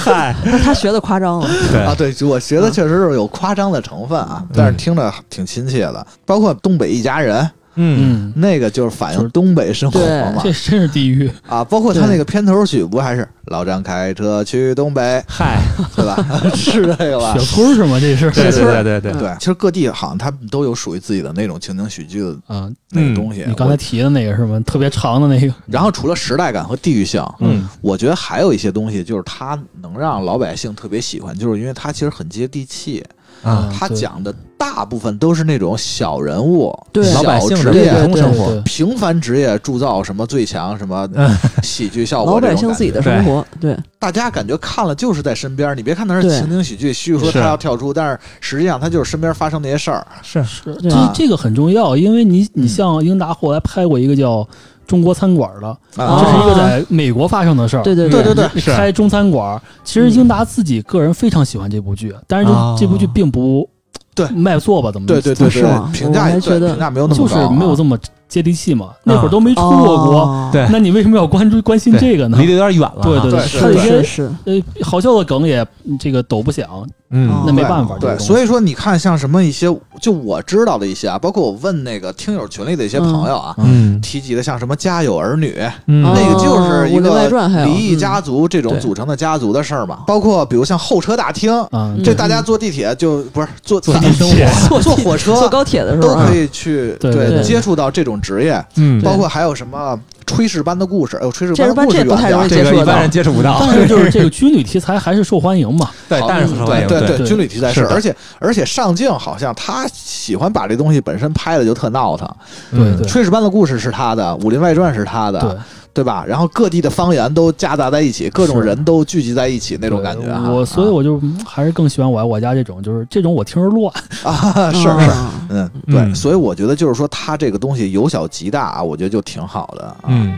S2: 嗨，
S3: 那他学的夸张了，
S2: 对
S1: 啊。对，我觉得确实是有夸张的成分啊，但是听着挺亲切的。包括东北一家人，
S2: 嗯
S4: 嗯，
S1: 那个就是反映东北生活
S3: 对
S1: 嘛
S4: 这真是地狱。
S1: 啊，包括他那个片头曲不还是老张开车去东北，
S2: 嗨，
S1: (laughs) 对吧？是这个吧
S4: 雪？村是吗？这是
S2: 对对对对对，
S1: 对，其实各地好像他们都有属于自己的那种情景喜剧的
S4: (laughs) 啊，
S1: 那个
S2: 嗯
S1: 东西。
S4: 你刚才
S1: 我
S4: 提的那个是吗？特别长的那个，
S1: 然后除了时代感和地域性，
S2: 嗯
S1: 我觉得还有一些东西就是它能让老百姓特别喜欢，就是因为它其实很接地气。
S3: 嗯
S2: 啊，
S1: 它
S4: 对
S1: 讲的大部分都是那种小人物、
S3: 对
S2: 老
S1: 小
S2: 百姓的
S1: 职业
S2: 普
S3: 对
S2: 通生活，
S4: 对
S1: 平凡职业铸造什么最强什么
S2: 嗯
S1: 喜剧效
S3: (laughs) 老
S1: 果这种感
S3: 百
S1: 觉，
S3: 姓自己的生活，对
S1: 大家感觉看了就是在身边，你别看它是
S3: 对
S1: 情景喜剧，虚说
S2: 是
S1: 他要跳出，但是实际上他就是身边发生那些事儿。
S2: 是
S4: 是
S3: 对
S4: 这这个很重要，因为你
S1: 嗯
S4: 你像英达后来拍过一个叫《中国餐馆》的，
S1: 啊
S4: 这
S3: 哦
S4: 是一个在美国发生的事儿。
S3: 对对
S1: 对对对，
S2: 是
S4: 开中餐馆儿，其实英达自己个人非常喜欢这部剧，但是就
S2: 哦
S4: 这部剧并不
S1: 嗯对
S4: 卖座吧，怎么
S1: 对对对
S3: 是吗
S1: 对，评价
S3: 我还
S1: 也
S3: 觉得
S1: 对评价没有那
S4: 就
S1: 么
S4: 是
S1: 高啊，啊
S4: 没有这么接地气嘛。那会儿都没出过国，
S3: 哦
S2: 对
S4: 那你为什么要关注关心这个呢
S2: 离？得有点远了啊，
S4: 对对
S1: 对
S4: 对，
S1: 是
S4: 他的一
S3: 是
S4: 些
S3: 是，
S4: 呃好笑的梗也嗯这个抖不响，
S2: 嗯
S4: 那没办法，
S1: 对，
S4: 以
S1: 所以说你看，像什么一些，就我知道的一些啊，包括我问那个听友群里的一些朋友啊，
S2: 嗯
S1: 提及的像什么《家有儿女》
S2: 嗯
S3: 哦
S1: 那个就是一
S3: 武林外
S1: 个
S3: 传还有
S1: 离异
S3: 嗯
S1: 家族这种
S2: 对
S1: 组成的家族的事儿嘛。包括比如像候车大厅，
S4: 啊，
S3: 嗯
S1: 这大家坐地铁就不是坐
S4: 坐
S1: (laughs)
S4: 地铁
S1: 坐坐火车
S3: 坐高铁的时候
S1: 都
S3: 啊
S1: 可，以去
S4: 对对
S3: 对
S1: 接触到这种职业，
S2: 嗯
S1: 包括还有什么炊事班的故事，哎呦，炊事
S3: 炊
S1: 班
S3: 事
S1: 的
S3: 班
S1: 故事
S3: 这不
S1: 远
S3: 太
S1: 点儿
S3: 容易
S2: 这个
S3: 接触
S2: 一般
S3: 到
S2: 人接触不到，
S4: 但是就是这个军旅题材还是受欢迎嘛，
S2: 对，但是
S1: 好
S2: 受欢
S1: 对
S3: 嗯
S2: 迎
S1: 对
S4: 对
S1: 军旅题材
S2: 是
S1: 是，
S2: 的
S1: 而且而且上镜好像他喜欢把这东西本身拍的就特闹腾，
S4: 对
S2: 嗯
S4: 对
S1: 炊事班的故事是他的，武林外传是他的，
S4: 对，
S1: 对吧？然后各地的方言都夹杂在一起，各种
S4: 是
S1: 人都聚集在一起那种感觉啊，
S4: 我所以我就嗯还是更喜欢我爱我家这种，就是这种我听着乱，
S1: 啊是
S3: 嗯
S1: 是，嗯，对，
S2: 嗯
S1: 所以我觉得就是说他这个东西由小及大啊，我觉得就挺好的啊。
S2: 嗯。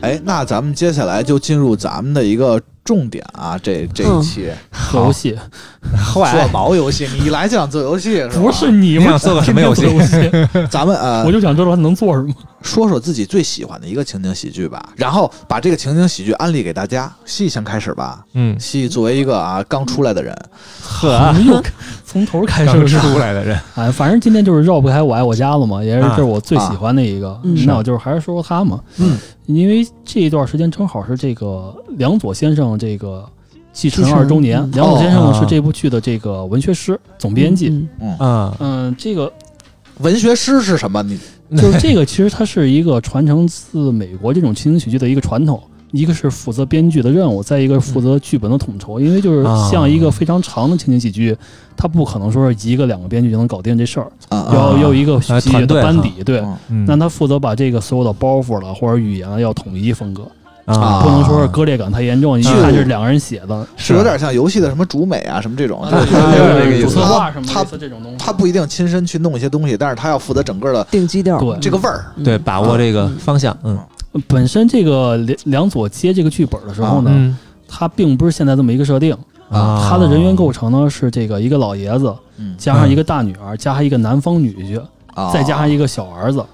S1: 哎，那咱们接下来就进入咱们的一个重点啊，
S4: 嗯
S1: 这这
S4: (laughs)
S1: 一期、
S4: 做游戏
S1: 做毛游戏，你一来就想做游戏是吧？
S4: 不是，你
S2: 你
S4: 们
S2: 想做个什么
S4: 天
S2: 游啊
S4: 天做游戏？
S2: (laughs)
S1: 咱们呃
S4: 我，就想知道他能做什么。 (laughs)
S1: 说说自己最喜欢的一个情景喜剧吧，然后把这个情景喜剧安利给大家。西先开始吧，
S2: 嗯，
S1: 西作为一个啊刚出来的人，
S2: 呵，
S4: 又从头开始
S2: 刚
S4: 是吧
S2: 出来的人，
S4: 哎，反正今天就是绕不开我爱我家了嘛，
S2: 啊
S4: 也是这是我最喜欢的一个。
S3: 嗯
S4: 那我就是还是说说他嘛，
S2: 嗯，
S4: 因为这一段时间正好是这个梁左先生这个继承
S3: 继承
S4: 二周年
S3: 嗯，
S4: 梁左先
S2: 哦
S4: 生是这部剧的这个文学师、总编辑。
S3: 嗯
S2: 嗯，
S4: 嗯，这个
S1: 文学诗是什么？你
S4: 就是这个，其实它是一个传承自美国这种情景喜剧的一个传统。一个是负责编剧的任务，再一个负责剧本的统筹，因为就是
S2: 啊
S4: 像一个非常长的情景喜剧，它不可能说是一个两个编剧就能搞定这事儿，
S1: 啊
S2: 有
S1: 啊
S4: 要要一个
S2: 啊
S4: 喜剧
S2: 团队
S4: 的班
S2: 哈
S4: 底，对，
S2: 嗯
S4: 那他负责把这个所有的包袱了或者语言啊要统一风格，
S2: 嗯
S1: 啊
S4: 不能说是割裂感太严重，一看
S1: 就是
S4: 两个人写的，
S1: 是有点像游戏的什么主美啊什么这种，
S4: 对
S1: 就是有点这
S4: 对
S1: 个意
S4: 主
S1: 思。
S4: 策划
S1: 他
S4: 什么
S1: 他
S4: 类似这种东西，
S1: 他不一定亲身去弄一些东西，但是他要负责整个的
S3: 定基调
S4: 对
S1: 这个味儿。
S3: 嗯
S2: 对把握这个方向，嗯
S4: 本身这个梁梁左接这个剧本的时候呢，
S2: 嗯
S4: 他并不是现在这么一个设定，
S2: 啊，
S4: 他的人员构成呢是这个一个老爷子
S1: 嗯，
S4: 加上一个大女儿，加上一个男方女婿，
S1: 啊
S4: 再加上一个小儿子，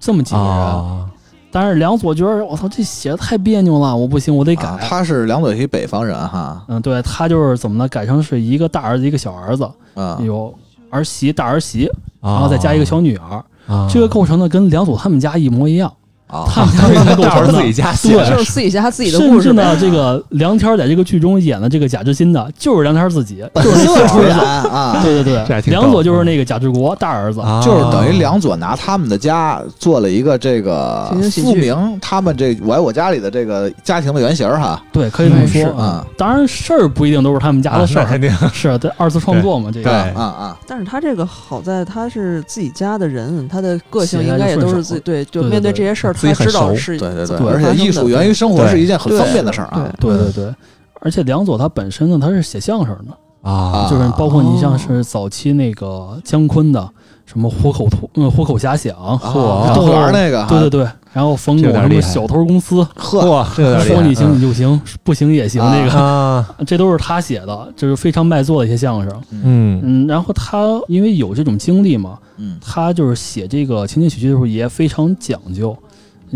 S4: 这么几个人。
S2: 啊，
S4: 但是梁左觉得我操这写的太别扭了，我不行，我得
S1: 啊
S4: 改。
S1: 他是梁左是一北方人哈，
S4: 嗯，对他就是怎么呢？改成是一个大儿子一个小儿子，
S1: 嗯
S4: 有儿媳大儿媳，然
S2: 然
S4: 后再加一个小女儿，
S2: 啊，
S4: 这个构成呢跟梁左他们家一模一样，
S1: 啊，
S4: 他们家是这么构
S2: 大儿
S4: 成
S2: 子
S4: 的
S2: 自己。家写
S4: 对
S3: 就
S2: 的，
S3: 是自己写他自己的故
S4: 甚
S3: 事
S4: 至呢，
S3: 呗。
S4: 这个梁天儿在这个剧中演的这个贾志新的，就是梁天儿自己，
S1: 本
S4: (laughs) 就是
S1: 色
S4: 那小
S1: 出
S4: 儿
S1: 演
S4: 子。
S1: 啊，
S4: 对对
S2: 这还
S4: 对，
S2: 挺逗嗯
S4: 梁左就是那个贾志国大儿子。
S2: 啊
S1: 就是等于梁左拿他们的家做了一个这个
S3: 情景喜剧
S1: 复明他们这我爱我家里的这个家庭的原型哈，
S4: 对，可以这么
S3: 是
S4: 说
S1: 啊。
S4: 嗯当然，事儿不一定都是他们家
S2: 啊
S4: 的事
S2: 那
S4: 儿，
S2: 肯定
S4: (laughs) 是对二次创作嘛，这
S2: 对
S4: 个。
S1: 啊啊，
S3: 但是他这个好在他是自己家的人，他的个性
S4: 写下
S3: 应
S4: 就
S3: 该也都
S4: 顺
S3: 是
S4: 手
S3: 自己对，就
S4: 对对
S3: 面对
S4: 对
S3: 这些事儿，
S2: 自己
S3: 他
S2: 很
S3: 知道
S2: 熟
S3: 是
S1: 对对
S3: 怎
S1: 对，
S3: 么
S1: 而
S3: 发
S1: 且
S3: 生
S1: 艺
S3: 的
S1: 术源于生活
S2: 对
S1: 是一件很
S3: 对
S1: 方便的事儿啊
S3: 对，
S4: 对对对，嗯而且梁左他本身呢，他是写相声的，
S2: 啊
S1: 啊
S4: 就是包括你像
S3: 哦
S4: 是早期那个姜昆的什么虎口吐，嗯，虎口遐想，
S1: 啊
S4: 然后
S1: 动物园那个
S4: 对
S1: 哈
S4: 对对，然后冯
S2: 这有
S4: 巩
S2: 点
S4: 什
S2: 厉
S4: 么
S2: 害
S4: 小偷公司，
S1: 呵，
S2: 哇，这有点厉害嗯
S4: 说你行你就行，不行也行，
S1: 啊
S4: 这个
S2: 啊，
S4: 这都是他写的，这是非常卖座的一些相声。
S2: 嗯
S4: 嗯，然后他因为有这种经历嘛，
S1: 嗯
S4: 他就是写这个情景喜剧的时候也非常讲究。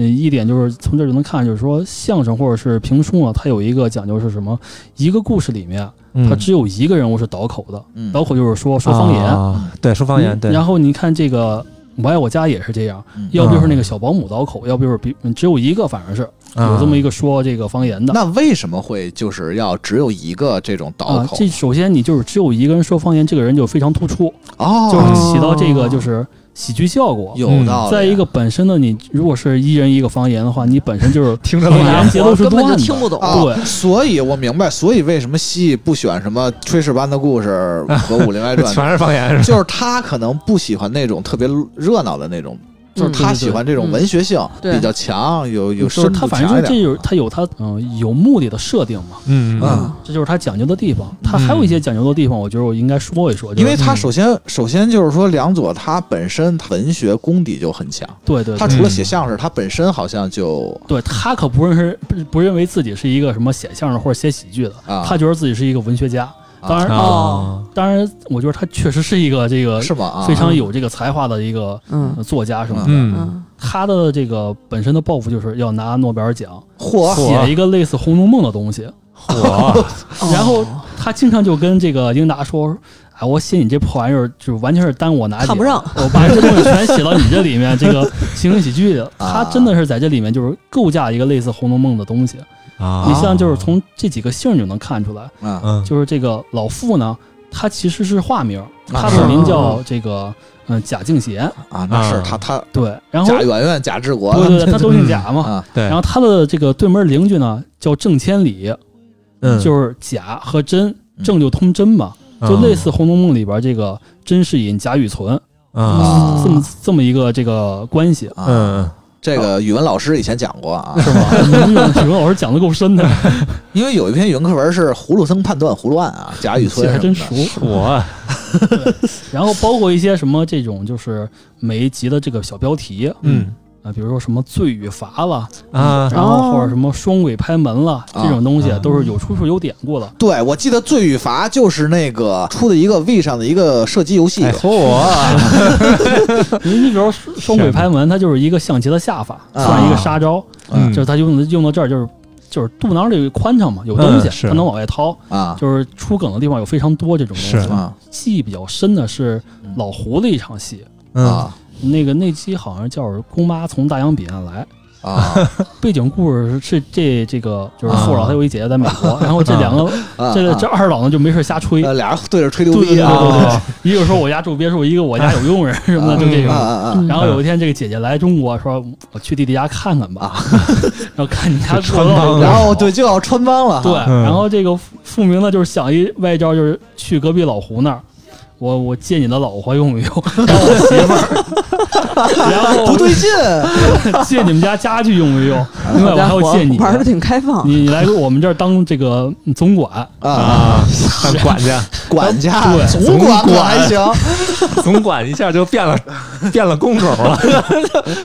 S4: 嗯，一点就是从这儿就能看，就是说相声或者是评书啊，它有一个讲究是什么？一个故事里面，
S2: 嗯，
S4: 它只有一个人物是倒口的，
S1: 嗯，
S4: 倒口就是说说方言，嗯
S2: 啊，对，说方言，对，
S4: 然后你看这个《我爱我家》也是这样，
S1: 嗯
S4: 要不就是那个小保姆倒口，要不就是比嗯只有一个，反正是
S2: 啊
S4: 有这么一个说这个方言的。
S1: 那为什么会就是要只有一个这种倒
S4: 啊
S1: 口，
S4: 这？首先你就是只有一个人说方言，这个人就非常突出，
S1: 哦，
S4: 就是起到这个就是喜剧效果。
S1: 有道理。啊
S4: 再一个，本身呢，你如果是一人一个方言的话，你本身就是
S2: 听着
S4: 方
S2: 难
S4: 言节奏是
S3: 根本就
S4: 乱
S3: 听
S4: 的，
S3: 不懂。
S1: 啊，
S4: 对
S1: 所以我明白，所以为什么西不选什么《炊事班的故事》和《武林外传》
S4: (laughs)
S2: 全是方言，是吧
S1: 就是他可能不喜欢那种特别热闹的那种，
S4: 嗯
S3: 嗯
S1: 就是他喜欢这种文学性
S3: 对对对
S1: 比较强， (laughs) 有有
S4: 就是
S1: 深
S4: 他
S1: 度
S4: 反正
S1: 强
S4: 就
S1: 一
S4: 是这
S1: 点。啊
S4: 有他有他嗯有目的的设定嘛，
S2: 嗯
S1: 嗯
S2: 嗯，
S4: 这就是他讲究的地方。他还有一些讲究的地方，我觉得我应该说一说，就是
S1: 因为他首先首先就是说，梁左他本身文学功底就很强，
S4: 嗯对对对
S1: 他除了写相声，他本身好像就
S4: 对他可不认识不不认为自己是一个什么写相声或者写喜剧的，
S1: 啊
S4: 他觉得自己是一个文学家。当然，
S3: 哦
S2: 啊，
S4: 当然，我觉得他确实是一个这个
S1: 是吗？啊
S4: 非常有这个才华的一个
S3: 嗯
S4: 呃作家什么的。
S2: 嗯，
S3: 嗯
S4: 他的这个本身的抱负就是要拿诺贝尔奖，
S1: 嚯，
S4: 写一个类似《红楼梦》的东西。 (laughs)
S2: 我
S4: 然后他经常就跟这个英达说：“哎，我写你这破玩意儿，就完全是耽误我拿
S3: 看不
S4: 奖
S3: 上
S4: 我把这东西全写到你这里面，这个情景喜剧的，他真的是在这里面就是构架一个类似《红楼梦》的东西。
S2: 啊
S4: 你像就是从这几个姓儿你就能看出来，
S1: 嗯
S2: 嗯
S4: 就是这个老傅呢，他其实是化名，他
S1: 是
S4: 本名叫这个嗯贾敬贤，
S1: 啊，那是
S2: 啊
S1: 他他
S4: 对，然后
S1: 贾圆圆、贾志国
S4: 对对对，他都姓贾嘛。
S1: 啊，
S2: 对，
S4: 然后他的这个对门邻居呢叫郑千里，
S2: 嗯
S4: 就是贾和真，
S1: 嗯
S4: 郑就通真嘛，
S2: 嗯
S4: 就类似《红楼梦》里边这个甄士隐、贾雨村
S2: 啊
S3: 嗯
S1: 啊
S4: 哦这么这么一个这个关系。
S1: 啊
S2: 嗯，
S1: 这个语文老师以前讲过啊，
S4: (laughs) 是吧？你们体育老师讲的够深的，
S1: 因为有一篇语文课文是《葫芦僧判断葫芦案》啊，贾雨
S4: 记 (laughs)
S1: 村
S4: 得还
S1: 什
S4: 真
S1: 么
S4: 熟
S1: 的。。
S2: 我
S4: 然后包括一些什么这种，就是每一集的这个小标题，
S2: 嗯
S4: 啊，比如说什么罪与罚了，
S2: 啊
S4: 然后或者什么双轨拍门了，
S1: 哦啊
S4: 这种东西
S2: 啊
S4: 都是有出处有典故的。
S1: 对，我记得《罪与罚》就是那个出的一个 V 上的一个射击游戏
S2: 哎，我啊
S4: 你你比如说双轨拍门，它就是一个象棋的下法，
S1: 啊
S4: 算一个杀招，
S1: 嗯
S4: 就是它用的用到这儿就是。就是肚囊里宽敞嘛，有东西
S2: 嗯，是
S4: 它能往外掏。
S1: 啊
S4: 就是出梗的地方有非常多这种东西
S2: 是。
S1: 啊
S4: 记忆比较深的是
S1: 嗯
S4: 老胡的一场戏，
S2: 嗯
S1: (laughs) 啊
S4: 那个那期好像叫《姑妈从大洋彼岸来》，
S1: 啊
S4: 背景故事是这这个就是
S2: 啊
S4: 父老他有一姐姐在美国，然后这两个
S1: 啊！
S4: (laughs) 这个这二老呢就没事瞎吹，
S1: 呃俩人对着吹牛
S4: 对对
S1: 逼
S4: 对
S1: 啊
S4: 对对，一个说我家住别墅，一个我家有
S1: (laughs)
S4: 佣人什么的，就这
S1: 啊
S4: 种。
S1: 啊啊！
S3: 嗯
S4: 然后有一天，这个姐姐来中国，说我去弟弟家看看
S1: 啊
S4: 吧， (laughs) 然后看你家
S2: 穿帮
S4: 过得好不好
S1: 然后对就要穿帮了
S4: 嗯对，
S1: 哈，
S2: 嗯
S4: 然后这个傅傅明呢，就是想一外招，就是去隔壁老胡那儿。我我借你的老婆用一用，当我媳妇儿，然后
S1: 不对劲，
S4: 借你们家家具用一用，另外我还要借你，啊
S3: 玩的挺开放，
S4: 你你来我们这儿当这个总管，
S1: 啊，
S2: 啊，当管家
S1: 管家
S4: 对
S1: 总管
S2: 总
S1: 可
S2: 管
S1: 还
S2: (laughs)
S1: 行
S2: 总管一下就变了变了工种了，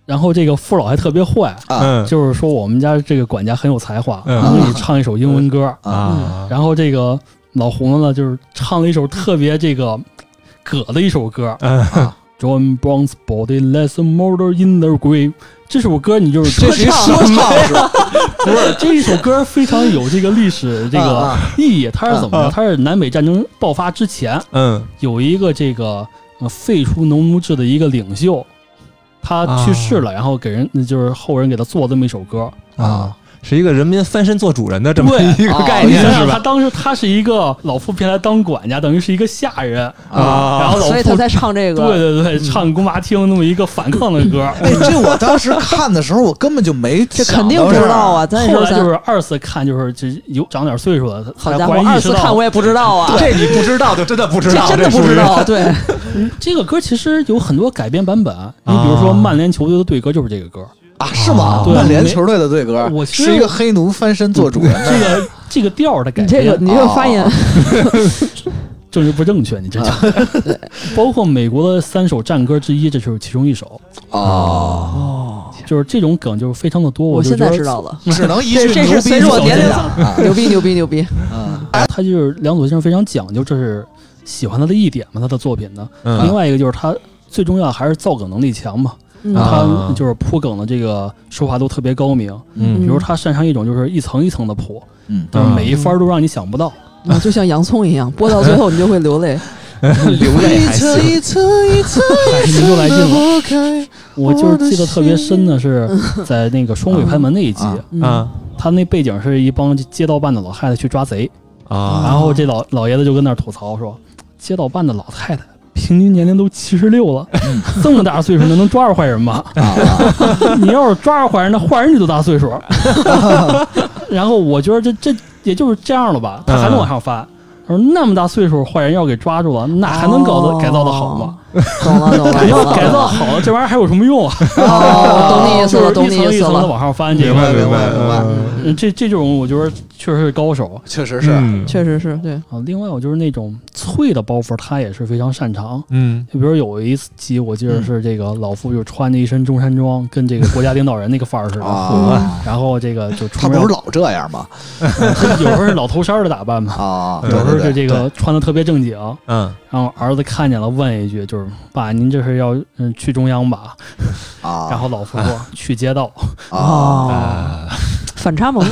S4: 然后这个父老还特别坏，
S1: 啊
S2: 嗯
S4: 就是说我们家这个管家很有才华，
S2: 嗯
S4: 然后你唱一首英文歌，
S2: 啊，
S4: 然后这个老胡呢就是唱了一首特别这个葛的一首歌
S2: 嗯
S4: ，John Brown's body lies a murder in the grave。这首歌你就是
S1: 这是一说唱是吧？
S4: 不是这一首歌非常有这个
S2: (laughs)
S4: 历史这
S1: 啊
S4: 个
S1: 啊
S4: 意义，它是怎么
S2: 啊
S4: 着？它是南北战争爆发之前
S2: 嗯
S4: 有一个这个呃废除农奴制的一个领袖，他去世了，然后给人那就是后人给他做这么一首歌。
S2: 啊，是一个人民翻身做主人的这么
S4: 对啊
S2: 一个 (laughs) 概
S1: 哎
S4: 你
S2: 念
S4: 想
S2: 是
S4: 想，他
S2: 吧？
S4: 当时他是一个老妇偏来当管家，等于是一个下人，
S1: 啊。
S4: 然后老
S3: 所以他
S4: 妇
S3: 才唱这
S4: 对
S3: 个。
S4: 对对，唱
S2: 嗯
S4: 《姑妈听》那么一个反抗的歌。
S1: 哎，这我当时看的时候，我根本就没
S3: (laughs) 这
S1: 这
S3: 肯定不知道啊！咱也
S4: 后
S3: 说
S4: 来
S3: 咱
S4: 就是二次看，就是这有长点岁数了，
S3: 好
S4: 才
S3: 家
S4: 忽
S3: 伙，
S4: 然
S3: 二
S4: 意识
S3: 次
S4: 到
S3: 看我也不知道啊，
S2: 这哎你不知道就真的不
S3: 这
S2: 知道，
S3: 真的不
S2: 属于
S3: 知道。啊对，
S4: 这个歌其实有很多改编版本。你比如说
S2: 啊
S4: 曼联球队的队歌就是这个歌。
S1: 啊，是吗？
S4: 对
S1: 曼联
S4: 没
S1: 球队的队歌
S4: 我其实
S1: 是一个黑奴翻身做主人
S4: 这
S1: 的
S4: 个这个调儿的改
S3: 你
S4: 编，
S3: 这个你这个发言，
S4: 政治不正确，你这就、
S3: 啊
S4: (laughs) 包括美国的三首战歌之一，这就是其中一首，
S1: 哦，
S4: 就是这种梗就是非常的多。
S3: 啊我
S4: 就
S3: 现在
S4: 觉
S3: 知
S4: 得
S3: 道了，
S1: 只能一
S3: 这
S1: 句
S3: 这是
S1: 牛逼
S3: 随着我
S1: 走
S3: 年
S1: 天
S3: 龄
S1: 涯啊
S3: 牛逼牛逼牛逼！
S1: 嗯
S4: 哎他就是梁左先生非常讲究，这是喜欢他的一点嘛，他的作品呢。
S2: 嗯
S4: 另外一个就是他最重要还是造梗能力强嘛，
S3: 嗯
S4: (laughs)
S2: 啊
S4: 他就是铺梗的这个手法都特别高明。比
S2: 嗯
S4: 如他擅长一种就是一层一层的铺，
S1: 嗯，
S4: 就是每一番都让你想不到。
S3: 啊就像洋葱一样，剥到最后你就会流
S4: (laughs)
S3: 泪。
S2: (laughs) 流泪
S1: 一
S3: (laughs)
S2: 还
S1: 层
S2: 行，
S1: 一层一层
S4: 哎 (laughs)
S1: 一
S4: 你又来
S1: 层
S4: 劲
S1: 的
S4: 了。
S1: 剥开，
S4: 我就是记得特别深的是，在那个双轨拍门那一集，
S1: 嗯
S3: 嗯
S2: 啊
S4: 他那背景是一帮街道办的老太太去抓贼，
S2: 啊
S4: 然后这老老爷子就跟那儿吐槽说，街道办的老太太平均年龄都七十六了，
S3: 嗯
S4: (laughs) 这么大岁数能能抓着坏人吗？
S1: 啊
S4: (laughs) 你要是抓着坏人，那坏人你多大岁数？ (laughs) 然后我觉得这这也就是这样了吧，
S3: 嗯
S4: 他还能往上翻。他说那么大岁数，坏人要给抓住了，那还能搞得、
S3: 哦
S4: 改造的好吗？
S3: (laughs) 懂了懂了
S4: 改
S3: 懂了，
S4: 改
S3: (laughs)
S4: 造好了，这玩意儿还有什么用啊？
S3: 哎哦，懂你意思
S4: 就
S3: 了，
S4: 是
S3: 懂
S4: 一
S3: 你意
S4: 层一
S3: 思
S4: 层的
S3: 了。
S4: 往上翻，这
S2: 明
S4: 个
S2: 白明
S1: 明白
S2: 白
S1: 明白
S2: 嗯
S4: 嗯这这种我觉得确实是高手
S1: 确实是，
S2: 嗯
S3: 确实是对，
S4: 啊。另外，我就是那种脆的包袱，他也是非常擅长。
S2: 嗯
S4: 就比如有一集，我记得是这个老夫就穿着一身中山装，跟这个国家领导人那个范儿似的。
S1: 啊，
S4: 然后这个就
S1: 他
S4: 出
S1: 不
S4: 门
S1: 是老这样吗？
S4: 有时候是老头衫儿的打扮嘛，
S1: 啊，
S4: 有
S1: (laughs) 对
S4: 时候
S1: 对
S4: 是这
S1: 对，
S4: 个穿的特别正经。
S2: 嗯，
S4: 然后儿子看见了，问一句就是：“爸，您这是要嗯去中央吧？”
S1: 啊，
S4: 然后老夫说：“去街道。”
S1: 啊，
S3: 哦反差
S4: (laughs)
S3: 萌，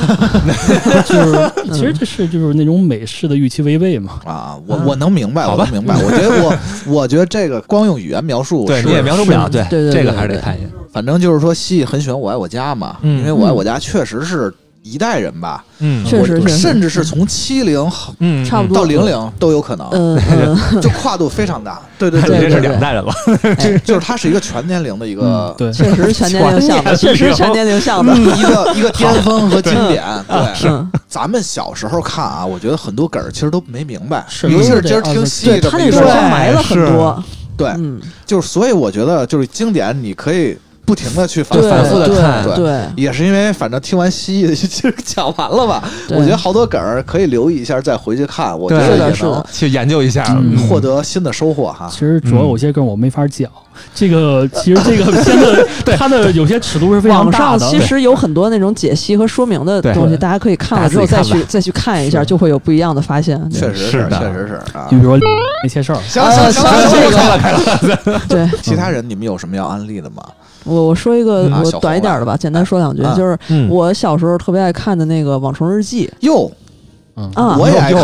S4: 就是其实这是就是那种美式的预期违背嘛。
S1: 啊，我
S3: 嗯
S1: 我能明白，
S2: 好
S1: 我
S2: 吧
S1: 能明白。我觉得我我觉得这个光用语言描述
S2: 对，
S1: 是
S2: 你也描述不了，对，
S3: 对对
S2: 这个
S3: 对
S2: 还是得
S3: 对
S2: 看一眼。
S1: 反正就是说，西很喜欢《我爱我家》嘛，
S2: 嗯
S1: 因为《我爱我家》确实是一代人吧，
S2: 嗯
S3: 确实
S1: 我
S3: 是
S1: 甚至是从七零
S2: 嗯
S3: 差不多
S1: 到零零都有可能，
S3: 嗯
S4: (laughs)
S3: 嗯，
S1: 就跨度非常大。对对
S2: 那
S1: 对
S2: 你
S1: 对
S2: 这
S1: 对
S2: 是
S1: 对
S2: 两代人了，
S1: 对，就是它是一个全年龄的一个
S4: 嗯，对，
S3: 确实是 (laughs) 全年龄嗯向的，确实是全年龄向的，
S1: 一个一个巅峰和经典。对，
S3: 嗯，
S1: 咱们小时候看啊，我觉得很多梗儿其实都没明白，
S4: 是
S1: 尤其
S4: 就是是得
S1: 今儿听
S4: 啊
S1: 戏这
S3: 他
S1: 么
S3: 那
S1: 一
S3: 时
S1: 说
S3: 候，埋了很
S2: 是
S3: 多，
S1: 对，
S3: 嗯，
S1: 就是所以我觉得就是经典，你可以不停的去反
S3: 对
S1: 反
S2: 反
S1: 复
S2: 复
S1: 的
S2: 地看
S3: 对
S1: 对
S3: 对，
S1: 也是因为反正听完西 (laughs) 医的就讲完了吧，
S3: 对
S1: 我觉得好多梗儿可以留意一下再回去看，我觉得
S2: 对
S1: 也
S3: 是的嗯
S1: 能
S3: 是的
S2: 去研究一下。
S4: 嗯
S1: 获得新的收获
S3: 啊
S1: 哈
S4: 其。实主要有些梗我没法讲，这个其实
S3: (laughs)
S4: 这个片子它的有些尺度是非常
S3: 网上
S4: 大的
S3: 其。实有很多那种解析和说明的
S2: 对
S3: 东西，大家可以看了之后
S2: 大家
S3: 再
S2: 自己看
S3: 去再去看一下，
S4: 是
S3: 就会有不一样的发现。对
S1: 确实
S2: 是的
S1: 确实是啊
S4: 你。比如说那些事儿，
S1: 行行行
S3: 呃
S1: 行
S3: 行
S1: 行
S3: 行
S1: 行行，
S3: 对
S1: 其他人你们有什么要安利的吗？
S3: 我我说一个
S1: 嗯啊
S3: 我
S1: 小
S3: 短一点的吧，简单说两句，
S1: 嗯
S3: 就是
S2: 嗯
S3: 我小时候特别爱看的那个《网虫日记
S1: 哟，》
S3: 啊，
S1: 我也
S3: (laughs)
S1: 爱看，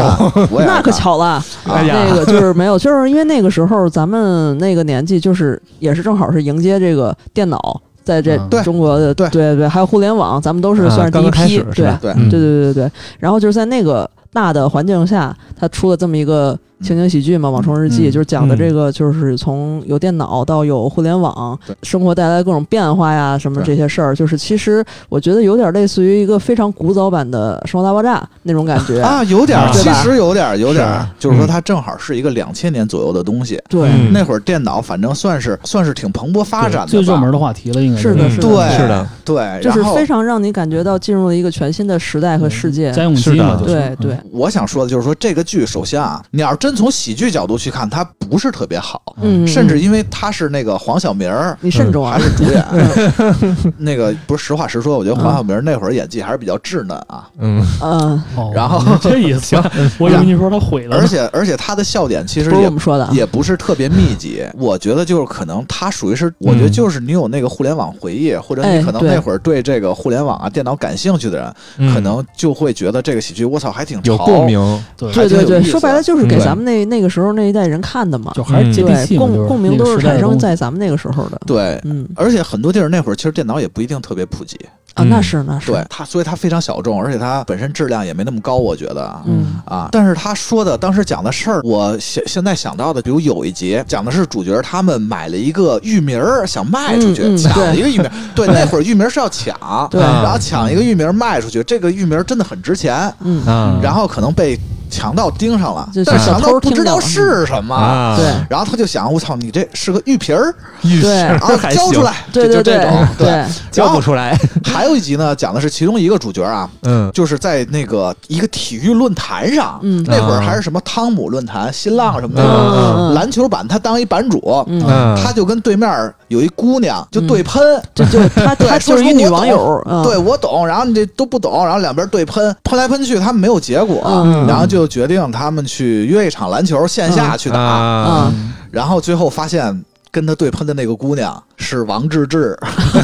S1: 我也爱
S3: 那可
S1: 看
S3: 巧了，啊
S2: 哎呀
S3: 那个就是没有，就是因为那个时候咱们那个年纪，就是也是正好是迎接这个电脑在这
S4: 嗯啊
S1: 对
S3: 中国的
S1: 对
S3: 对对，还有互联网，咱们都是算是第一批，对对
S1: 对
S4: 嗯
S3: 对对对对。然后就是在那个大的环境下，他出了这么一个情景喜剧嘛，《网虫日记》
S4: 嗯
S3: 就是讲的这个，就是从有电脑到有互联网
S1: 对，
S3: 生活带来的各种变化呀，什么
S1: 对
S3: 这些事儿，就是其实我觉得有点类似于一个非常古早版的《生活大爆炸》那种感觉。
S1: 啊，有点儿，
S2: 啊
S1: 其
S3: 对吧啊嗯
S1: 实有点儿，有点儿
S2: 是，
S1: 就是说它正好是一个两千年左右的东西。
S3: 对，
S2: 嗯
S1: 那会儿电脑反正算是算是挺蓬勃发展的吧，
S4: 最热门的话题了，应该
S3: 是的
S2: 嗯
S3: 是的
S1: 对，
S2: 是的，
S1: 对，
S3: 就是
S1: 然后
S3: 非常让你感觉到进入了一个全新的时代
S4: 嗯
S3: 和世界。
S4: 家用机嘛，
S2: 是的
S4: 就是
S3: 对对，
S1: 我想说的就是说，这个剧首先啊，你要是真从喜剧角度去看，它不是特别好，
S3: 嗯，
S1: 甚至
S3: 嗯
S1: 因为他是那个黄晓明儿
S3: 你
S4: 嗯
S3: 慎重啊
S1: 还，是主演，
S3: 嗯
S1: (laughs) 那个不是实话实说，我觉得黄晓明儿那会儿演技还是比较稚嫩啊，
S2: 嗯，
S3: 嗯，
S4: 哦
S1: 然后
S4: 这意思，我以为你说他毁了呢，
S1: 而且而且他的笑点 (laughs) 其实
S3: 不是我
S1: 也
S3: 们说的啊，
S1: 也不是特别密集，我觉得就是可能他属于是，我觉得就是你有那个互联网回忆，或者
S3: 嗯哎
S1: 你可能
S3: 对
S1: 那会儿对这个互联网啊电脑感兴趣的人，
S2: 嗯
S1: 可能就会觉得这个喜剧我操还挺
S2: 有
S1: 潮
S2: 共，鸣，
S4: 对
S1: 还
S3: 对
S1: 挺
S3: 对
S1: 有
S3: 对，
S1: 意思
S3: 说白了就是
S2: 嗯
S3: 给
S2: 对
S3: 咱们那那个时候那一代人看的嘛。
S4: 就还是接地气
S3: 对，
S4: 嘛，
S3: 共
S4: 就是
S3: 共鸣都
S4: 那
S3: 是
S4: 个时代
S3: 产
S4: 的
S3: 生
S4: 东西
S3: 在咱们那个时候的。
S1: 对。
S3: 嗯
S1: 而且很多地儿那会儿其实电脑也不一定特别普及，
S3: 啊，
S2: 嗯
S3: 那是那是，
S1: 对它，所以它非常小众，而且它本身质量也没那么高，我觉得啊。
S3: 嗯
S1: 啊！但是他说的当时讲的事儿，我现现在想到的，比如有一集讲的是主角他们买了一个域名儿，想卖出去，
S3: 嗯嗯
S1: 抢了一个域
S3: (laughs)
S1: 名儿。对，那会儿域名儿是要抢，
S3: 对
S1: 然后抢一个域名儿卖出去，这个域名儿真的很值钱，
S3: 嗯，
S2: 啊，
S1: 然后可能被强盗盯上了
S3: 就，
S1: 但是
S3: 小
S1: 强
S3: 偷
S1: 盗不
S3: 听
S1: 知
S3: 到
S1: 道
S3: 了
S1: 是什么。
S2: 啊，
S3: 对
S1: 然后他就想，我操，你这是个玉皮儿
S2: 玉
S3: 对
S2: 石
S1: 啊，
S2: 还
S1: 交
S2: 行
S1: 出，来，
S3: 对
S1: 就
S3: 对
S1: 就这种。
S3: 对，
S2: 交不出来，
S1: 还有一集呢，讲的是其中一个主角啊，
S2: 嗯
S1: 就是在那个一个体育论坛上，
S3: 嗯
S1: 那会儿还是什么汤姆论坛、新浪什么的，
S3: 嗯
S1: 篮球版他当一版主，
S3: 嗯嗯，
S2: 嗯，
S1: 他就跟对面有一姑娘就对喷，
S3: 这就他
S1: (laughs) 对
S3: 他就
S1: 说
S3: 是
S1: 什
S3: 一
S1: 么
S3: 女
S1: 我
S3: 网
S1: 懂
S3: 友，嗯
S1: 对我懂，然后你这都不懂，然后两边对喷，喷来喷去，他们没有结果，
S3: 嗯
S1: 然后就决定他们去约一场篮球线下去打，
S2: 啊
S3: 啊，
S1: 然后最后发现。跟他对喷的那个姑娘是王
S3: (laughs)
S1: 治郅， (laughs)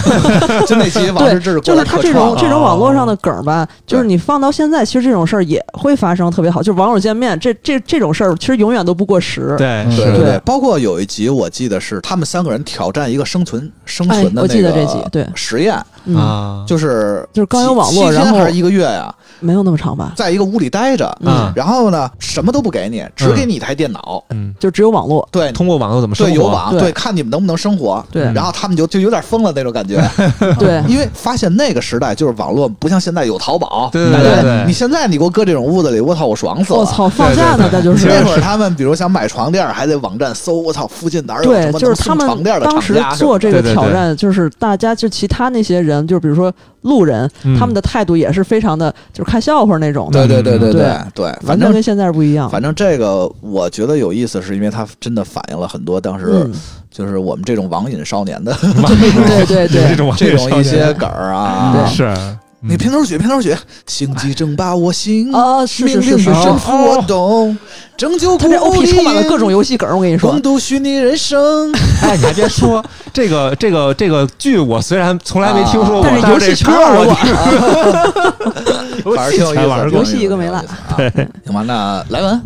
S1: 就那集王治郅过
S3: 就
S1: 来
S3: 是他
S1: 客
S3: 这
S1: 串
S3: 种
S1: 了，
S3: 这种网络上的梗儿吧，就是
S1: 对
S3: 你放到现在，其实这种事儿也会发生，特别好，就是网友见面，这这这种事儿其实永远都不过时。
S2: 对
S1: 对
S2: 是
S1: 对
S3: 对
S1: 对，包括有一集我记得是他们三个人挑战一个生存生
S3: 哎
S1: 存的
S3: 我记
S1: 那
S3: 得这集对
S1: 个实验，
S3: 嗯，
S2: 啊，
S1: 就是
S3: 就是刚有
S1: 七
S3: 网络
S1: 七
S3: 然
S1: 天
S3: 后
S1: 还是一个月呀、
S3: 没有那么长吧，
S1: 在一个屋里待着，
S2: 嗯
S1: 然后呢什么都不给你，只给你一台电脑，
S2: 嗯，
S3: 就只有网
S1: (laughs)
S3: 络。
S1: 对。
S2: 通过网络怎么生
S1: 对，
S2: 活？
S1: 有网，
S3: 对
S1: 对，看你们能不能生活。
S3: 对
S1: 然后他们就就有点疯了那种感觉，
S3: (laughs)
S1: (laughs)
S3: 对，
S1: 因为发现那个时代就是网络不像现在有淘宝，
S2: 对对
S1: 大家
S2: 对对
S1: 你现在你给我搁这种屋子里，我操，我爽死了。
S3: 我操，放假
S1: (laughs)
S3: 呢，那就是
S1: 那会儿他们比如想买床垫，还得网站搜，我操，附近哪儿有什
S3: 对，
S1: 么
S3: 就
S1: 能
S3: 是他
S1: 送
S3: 们
S1: 床垫的
S3: 当
S1: 厂
S3: 时
S1: 家什么的？
S3: 做这个
S2: 对对
S3: 挑
S2: 对
S3: 战，就是大家就其他那些人，就比如说路人，
S2: 嗯
S3: 他们的态度也是非常的，就是看笑话那种的。
S1: 对对对对
S3: 对嗯
S1: 对，
S3: 反
S1: 反
S3: 正
S1: 正
S3: 跟现在不一样。
S1: 反正这个我觉得有意思，是因为它真的反映了很多当时
S3: 嗯，
S1: 就是我们这种网瘾少年的
S2: (laughs)
S3: (laughs) 对
S2: 这
S3: 对对，
S2: 种
S1: (laughs) 这种一些梗儿啊
S3: 嗯对。
S2: 是
S1: 那片头曲，片头曲，心机正把我心，
S3: 啊，是
S1: 命
S3: 是
S1: 令
S3: 是
S1: 与
S3: 是，
S1: 神
S3: 他
S1: 父我懂，拯救不
S3: 这 OP 充满了各种
S1: 游
S3: 游戏梗儿，我跟你说
S1: 共，度虚拟人 (laughs) 生。
S2: 哎，你还别说，这个这个这个剧我虽然从来没听说过，
S3: 啊但是游
S2: 这
S3: 戏全
S2: 片儿
S3: 玩啊
S2: 我
S3: 过，
S2: (laughs)
S1: 反正挺有意
S2: 才
S1: 思，
S2: 玩
S1: 挺有
S2: 过
S3: 游
S1: 意思
S3: 戏一个没落。
S1: 对，行吧，那莱文，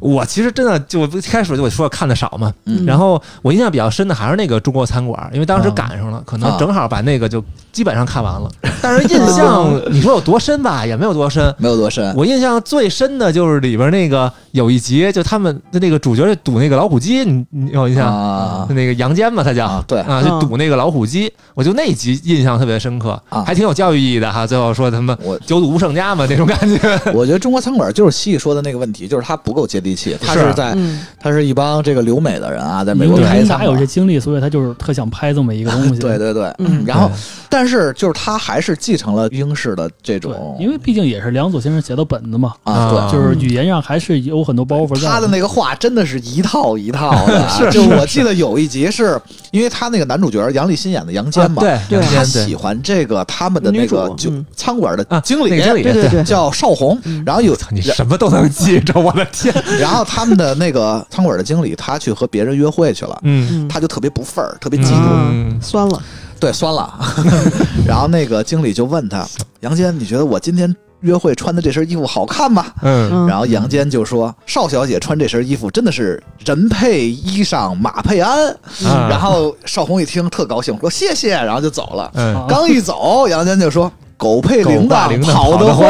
S2: 我其实真的就一开始就我说看的少嘛，
S1: 嗯
S2: 然后我印象比较深的还是那个中国餐馆，因为当时赶上了，可能正好
S1: 啊
S2: 把那个就基本上看完了。但是印象
S3: 哦
S2: 你说有多深吧，也没有多深。
S1: 没有多
S3: (laughs)
S1: 深，
S2: 我印象最深的就是里边那个有一集，就他们的那个主角就赌那个老虎机，你你有印象？
S1: 啊
S2: 就那个杨坚嘛，他叫
S1: 啊对
S2: 啊，
S3: 嗯
S2: 就赌那个老虎机，我就那一集印象特别深刻
S1: 啊，
S2: 还挺有教育意义的哈。最后说他们
S1: 我
S2: 久赌不胜家嘛，那种感觉。
S1: 我觉得中国餐馆就是西西说的那个问题，就是它不够接地气，它
S2: 是
S1: 是在
S3: 嗯，
S1: 它是一帮这个留美的人啊，在美
S4: 因
S2: 嗯
S1: 国
S4: 为
S1: 开餐
S4: 哪有
S1: 馆
S4: 这。经历，所以他就是特想拍这么一个
S3: (laughs)
S4: 东西。
S1: 对对对，
S3: 嗯
S1: 然后但是就是它还是继承了英式的这
S4: 对
S1: 种，
S4: 因为毕竟也是梁左先生写的本子嘛，
S1: 啊，
S2: 啊
S1: 对，
S4: 就是语言上还是有很多包袱在。
S1: 他的那个话真的是一套一套
S2: (laughs)
S1: 的啊，就我记得有一集是因为他那个男主角杨立新演的杨坚嘛，
S2: 对，
S3: 对
S2: 杨
S1: 他
S2: 坚
S1: 喜
S2: 对
S1: 欢这个他们的那
S3: 女
S1: 个
S3: 主
S1: 就
S3: 嗯
S1: 餐馆的
S2: 啊，
S1: 经
S2: 那
S1: 理哎
S2: 个经理
S3: 对对对，
S1: 叫邵红，
S4: 嗯
S1: 然后有
S2: 操 (laughs) (laughs) 你什么都能记着，我的天！
S1: 然后他们的那个餐馆的经理他去和别人约会去了，
S2: 嗯，
S3: 嗯，
S1: 他就特别不忿儿，特别嫉妒，
S2: 嗯，
S3: 酸了，
S1: 对，酸了。 (laughs) 然后那个经理就
S2: (laughs)
S1: 问他，杨坚，你觉得我今天约会穿的这身衣服好看吗？
S2: 嗯，
S3: 嗯
S1: 然后杨坚就说：“邵小姐穿这身衣服真的是人配衣裳马配鞍。”
S2: 啊
S1: 然后邵红一听特高兴，说：“谢谢。”然后就走了。
S2: 嗯，
S4: 啊
S1: 刚一
S2: (laughs)
S1: 走，杨坚就说：“狗配
S2: 狗
S1: 铃
S2: 挂铃
S1: 铛，
S2: 铛
S1: 跑
S2: 跑
S1: 得
S2: 得
S1: 欢。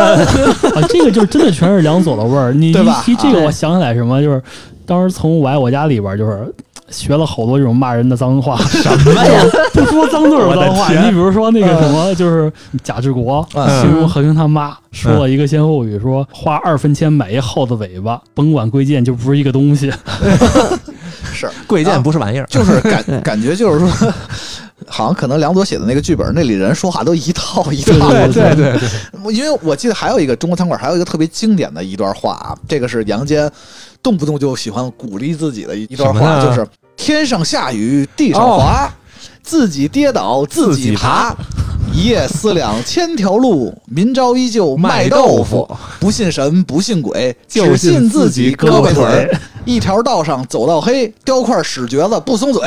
S4: 啊，这个就是真的全是梁左的味儿。你
S1: 对
S4: 一
S1: 吧
S4: 提这
S3: 啊
S4: 个，我想起来什么，就是当时从我爱我家里边儿就是。学了好多这种骂人的脏话，什么 (laughs) 呀？不说脏字儿有脏话，你比如说那个什么，就是贾志国
S1: 嗯
S4: 形容何英他妈说了一个歇后语，说花二分钱买一耗子尾巴，甭管贵贱，就不是一个东西。”
S1: 是，
S2: 贵贱不是玩意儿，
S1: 就是
S2: (laughs)
S3: 对
S1: 感感觉就是说， (laughs) 好像可能梁左写的那个剧本，那里人说话都一
S2: (laughs)
S1: 套一套的。
S4: 对对，
S1: 我因为我记得还有一个中国餐馆，还有一个特别经典的一段话啊，这个是杨坚动不动就喜欢鼓励自己的一段
S2: 什么
S1: 话，
S2: 呢
S1: 就是天上下雨地上滑，自己跌倒哦自己爬。一夜思量千条路，明朝依旧卖豆腐。不信神，不信鬼，
S2: 就
S1: 只
S2: 信
S1: 信
S2: 自
S1: 己
S2: 己
S1: 胳
S2: 胳
S1: 膊
S2: 膊
S1: 腿儿
S2: 腿。
S1: 一条道上走到黑，叼块屎橛子不松 (laughs) 嘴。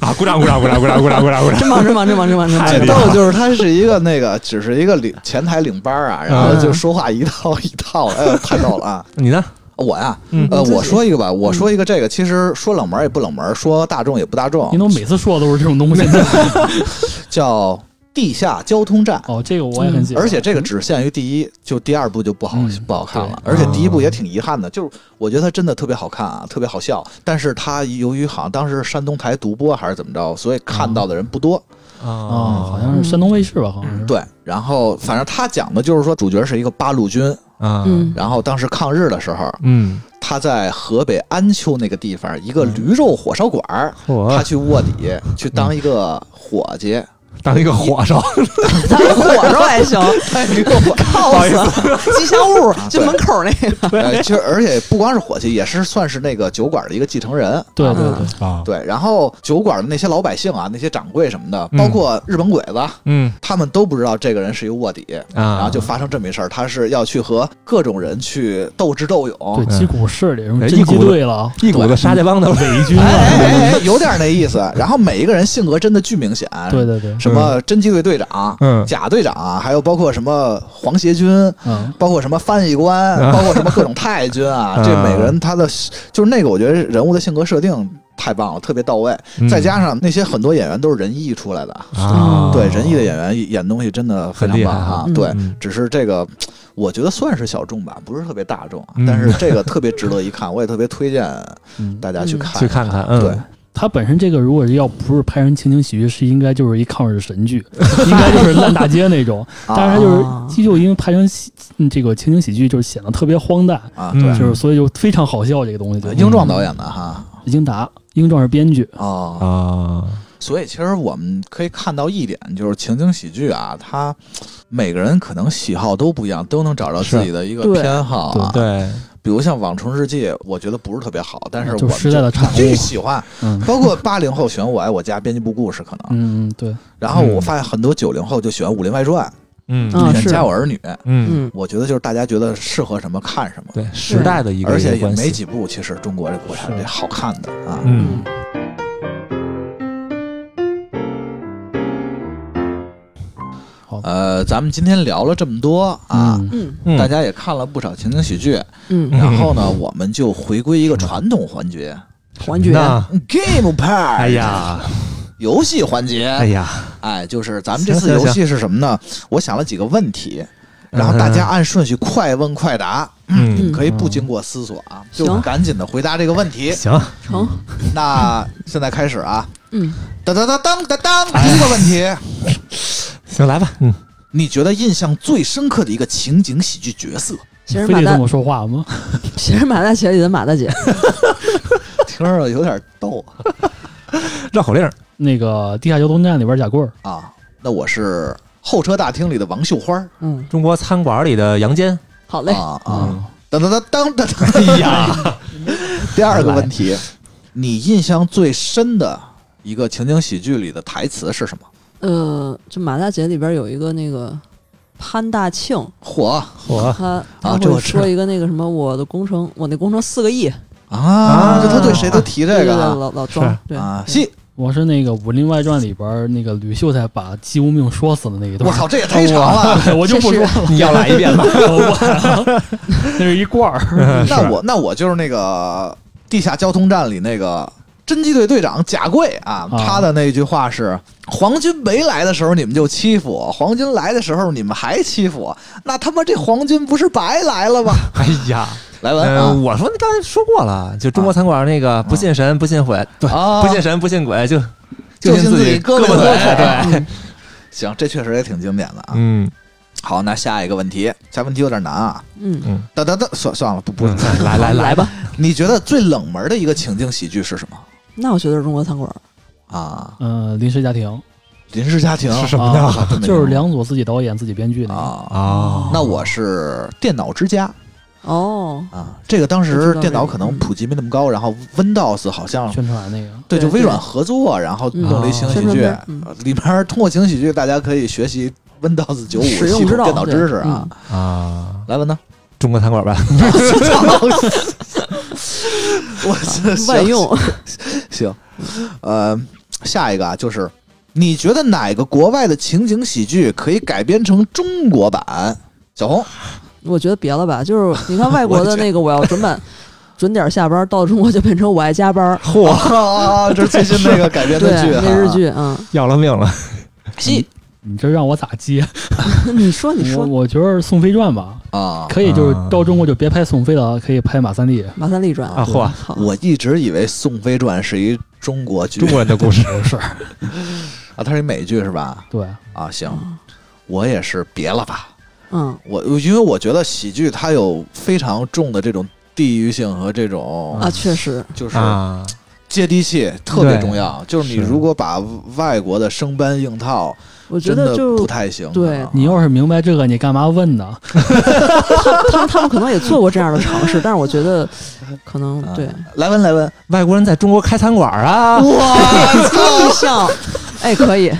S2: 啊！鼓掌，鼓掌，鼓掌，鼓掌，鼓掌，鼓掌，鼓掌！
S3: 真棒真棒真棒真棒真棒，
S1: 这豆就是他是一个那个，只是一个领前台领班儿啊，然后就说话一套一套的，哎呦，太逗了啊！
S2: 你呢？
S1: 我呀、
S2: 嗯
S1: 呃，
S3: 你自己
S1: 我说一个吧，我说一个这个，其实说冷门也不冷门，说大众也不大众
S4: 你，怎么每次说的都是这种东西？
S1: 叫地下交通站。
S4: 哦，这个我也很喜欢。
S1: 嗯而且这个只限于第一，就第二部就不好、
S4: 嗯
S1: 不好看了。
S2: 对
S1: 而且第一部也挺遗憾的，就是我觉得它真的特别好看啊，特别好笑。但是它由于好像当时山东台独播还是怎么着，所以看到的人不多。
S4: 啊，
S2: 啊
S4: 好像是山东卫视吧，好像是。
S1: 对，然后反正他讲的就是说，主角是一个八路军，
S2: 啊，
S3: 嗯
S1: 然后当时抗日的时候，
S2: 嗯，
S1: 他在河北安丘那个地方一个驴肉火烧馆儿，他
S2: 我
S1: 去卧底去当一个伙计，
S2: 当一个火烧，
S3: (laughs) 他火烧还
S1: (laughs)
S3: 行，
S1: 当一个
S3: (laughs)
S1: 伙
S3: 告诉吉祥物
S1: 啊
S3: 就
S1: 对
S3: 门口那个，
S1: 呃，其实而且不光是伙计，也是算是那个酒馆的一个继承人。
S4: 对对对，
S2: 啊，
S1: 对，然后酒馆的那些老百姓啊，那些掌柜什么的，
S2: 嗯
S1: 包括日本鬼子，
S2: (laughs) 嗯
S1: 他们都不知道这个人是一个卧底，
S2: 啊，
S1: 然后就发生这么一事儿。他是要去和各种人去斗智斗
S4: 对
S1: 勇，
S4: 击鼓势力什么
S2: 哎
S4: 侦
S2: 一
S4: 缉
S2: 股子
S4: 队了，
S2: 一股子沙家帮的
S4: 伪军
S1: 哎
S4: 啊，
S1: 哎哎哎，有点那意思。然后每一个人性格真的巨明显，
S4: 对对对，
S1: 什么侦缉队队长、
S2: 嗯
S1: 贾队长，还有包括什么黄协军，
S4: 嗯，
S1: 包括什么翻译官，包括什么各种太君啊，
S2: (laughs) 啊
S1: 这每个人他的就是那个，我觉得人物的性格设定太棒了，特别到位。再加上那些很多演员都是人艺出来的，
S2: 嗯啊，
S1: 嗯对人艺的演员演东西真的非常棒啊
S3: 很厉害啊。
S1: 对
S2: 嗯，
S1: 只是这个我觉得算是小众吧，不是特别大众啊，
S2: 嗯
S1: 但是这个特别值得一看，我也特别推荐
S4: 嗯
S1: 大家去
S3: 嗯
S1: 看
S2: 去看看，嗯，
S1: 对，
S4: 他本身这个如果是要不是拍成情景喜剧，是应该就是一抗日神剧，应该就是烂大街那种。但是他
S3: 啊
S4: 就是依旧因为拍成喜嗯这个情景喜剧，就是显得特别荒诞，
S1: 啊，
S2: 嗯
S1: 对，
S4: 就是所以就非常好笑这个东西就。嗯
S1: 英壮导演的哈
S4: 英达，英壮是编剧，
S1: 哦，
S2: 啊，
S1: 所以其实我们可以看到一点，就是情景喜剧啊，它每个人可能喜好都不一样，都能找到自己的一个
S3: 是对
S1: 偏好啊。
S2: 对，
S1: 比如像《网虫日记》，我觉得不是特别好，但是我
S4: 就
S1: 们
S4: 时代的产
S1: 巨
S4: 物。
S1: 喜欢，
S4: 嗯
S1: 包括八零后喜欢《我爱我家》编辑部故事可能，
S4: 嗯，对，
S1: 然后我发现很多九零后就喜欢《武林外传
S2: 嗯》，
S3: 啊
S1: 喜欢《
S3: 是
S1: 家有儿女》，
S2: 嗯，
S3: 嗯，
S1: 我觉得就是大家觉得适合什么看什么，
S2: 对，时代的一个
S1: 而且也
S2: 关
S1: 没
S2: 系，
S1: 几部，其实中国这国产
S4: 是
S1: 这好看的啊。
S2: 嗯，
S1: 呃，咱们今天聊了这么多啊，
S4: 嗯
S3: 嗯
S2: 嗯
S1: 大家也看了不少情景喜剧，
S3: 嗯，
S1: 然后呢，我们就回归一个传统环节
S3: 环觉
S1: 啊
S2: 那
S1: (laughs) ，game part，
S2: 哎，呀，
S1: 嗯游戏环节，
S2: 哎呀，
S1: 哎，就是咱们这次
S2: 行行
S1: 游戏是什么呢？我想了几个问题，
S2: 嗯
S1: 然后大家按顺序快问快答，
S2: 嗯，
S3: 嗯
S1: 可以不经过思索啊，
S3: 行
S1: 就赶紧的回答这个问题。
S2: 行，
S3: 成，
S1: 那现在开始啊，
S3: 嗯，
S1: 当当当当当当，第一个问题，
S2: 行，来吧，嗯，
S1: 你觉得印象最深刻的一个情景喜剧角色？
S3: 闲人
S4: 非
S3: 马
S4: 得这
S3: 大
S4: 么说话吗？
S3: 闲人马大姐里的马大姐，
S1: (laughs) 听着有点逗啊
S2: 绕口令儿，
S4: 那个《地下交通站》里边贾棍儿，
S1: 啊啊。那我是候车大厅里的王秀花儿
S3: 嗯，
S2: 中国餐馆里的杨坚，
S3: 好嘞，
S1: 啊啊，当当当当当当。哎呀，第二个问题，你印象最深的一个情景喜剧里的台词是什么？
S3: 呃，这马大姐里边有一个那个潘大庆，
S1: 嚯
S2: 我
S3: 他
S1: 啊
S3: 他
S1: 这我
S3: 会
S1: 知道
S3: 说一个那个什么，我的工程，我那工程四个亿，
S1: 啊！就他对谁都提这
S3: 对
S1: 个啊
S3: 老老庄，对
S1: 啊，
S3: 对
S1: 戏，
S4: 我是那个《武林外传》里边那个吕秀才把姬无命说死的那一段。
S1: 我操，这也太长了。
S4: 对，我就不说了，
S2: 你要来一遍吧，
S4: 我忘了 (laughs) 那是一罐儿。
S1: (laughs) 那我那我就是那个地下交通站里那个侦缉队队长贾贵啊，
S4: 啊
S1: 他的那句话是：黄军没来的时候你们就欺负我，黄军来的时候你们还欺负我，那他妈这黄军不是白来
S2: (laughs)
S1: 了吗？
S2: 哎呀，
S1: 莱文
S2: 呃，
S1: 啊，
S2: 我说你刚才说过了，就中国餐馆那个不信神不信鬼，对，
S1: 啊
S2: 不信神不信鬼，就
S1: 就
S2: 信
S1: 信自己
S2: 己
S1: 胳
S2: 胳
S1: 膊
S2: 腿，
S1: 腿
S2: 哎对，
S1: 嗯行，这确实也挺经典的啊。
S2: 嗯，
S1: 好，那下一个问题，下问题有点难啊。
S3: 嗯，
S1: 哒哒哒，算算了，不不
S2: 不，，来来来
S3: 来
S2: 吧，
S3: 吧，
S1: (laughs) 你觉得最冷门的一个情景喜剧是什么
S3: 那我觉得是中国餐馆，
S1: 啊？
S4: 嗯，临时家庭
S1: 临时家庭
S2: 是什么呢？
S1: (laughs) 啊真没
S4: 就是
S1: 听
S4: 梁左自己导演自己编剧那
S1: 过
S4: 个。
S1: 啊。
S2: 哦，
S1: 那我是电脑之家
S3: 哦，
S1: 啊，这个当
S3: 我
S1: 时
S3: 知道
S1: 电脑
S3: 这个
S1: 可能
S3: 嗯
S1: 普及没那么高，然后 Windows 好像
S4: 宣传那个，
S1: 对，就
S3: 对
S1: 微软合作，然后弄了一情景喜
S3: 嗯宣
S1: 剧
S3: 传片嗯
S1: 呃里面通过情景喜剧，大家可以学习 Windows 九五
S3: 哦使
S1: 系
S3: 用
S1: 统
S3: 之道嗯
S1: 电脑知识啊。
S2: 啊，
S1: 莱文呢？
S2: 中国餐馆吧，
S1: (laughs)
S2: (laughs)
S1: 我 (laughs) 这
S3: 嗯外用，
S1: 行，呃，下一个啊，就是你觉得哪个国外的情景喜剧可以改编成中国版？小红
S3: 我觉得别了吧，就是你看外
S1: 我
S3: 国
S1: 觉
S3: 的
S1: 得
S3: 那个，我要准版。准点下班，到中国就变成我爱加班。
S1: 嚯、 (laughs) 啊，这是最近那个改编
S3: 对，
S1: 的剧、啊，
S3: 那日剧，嗯，
S2: 要了命了，
S1: 戏
S4: 你这让我咋接？
S3: 你说，你
S4: 我
S3: 说，
S4: 我觉得《宋飞传》吧，
S1: 啊。
S4: 可以就是
S2: 啊
S4: 到中国就别拍宋飞了，可以拍马三立。
S3: 马三立传
S2: 啊嚯
S3: 好
S1: 我一直以为《宋飞传》是一中国剧
S2: 中国人的故事，
S4: 不是，
S1: 啊，它是一美剧是吧？
S4: 对，
S1: 啊，行，我也是别了吧。
S3: 嗯，
S1: 我因为我觉得喜剧它有非常重的这种地域性和这种
S3: 啊，确实，
S1: 就是
S2: 啊，
S1: 接地气，特别
S2: 对
S1: 重要。就是你
S2: 是
S1: 如果把外国的生搬硬套，
S3: 我觉
S1: 真
S3: 得
S1: 的
S3: 就
S1: 不太行。啊
S3: 对
S1: 可能
S4: 你要是明白这个，你干嘛问呢？
S3: 他们他们可能也做过这样的尝试，但是我觉
S1: (laughs)
S3: 得可能
S1: 啊 (laughs)
S3: 对，
S1: 莱文莱文，
S2: 外国人在中国开餐馆啊，
S3: 哇，真像， (laughs) 哎，可以，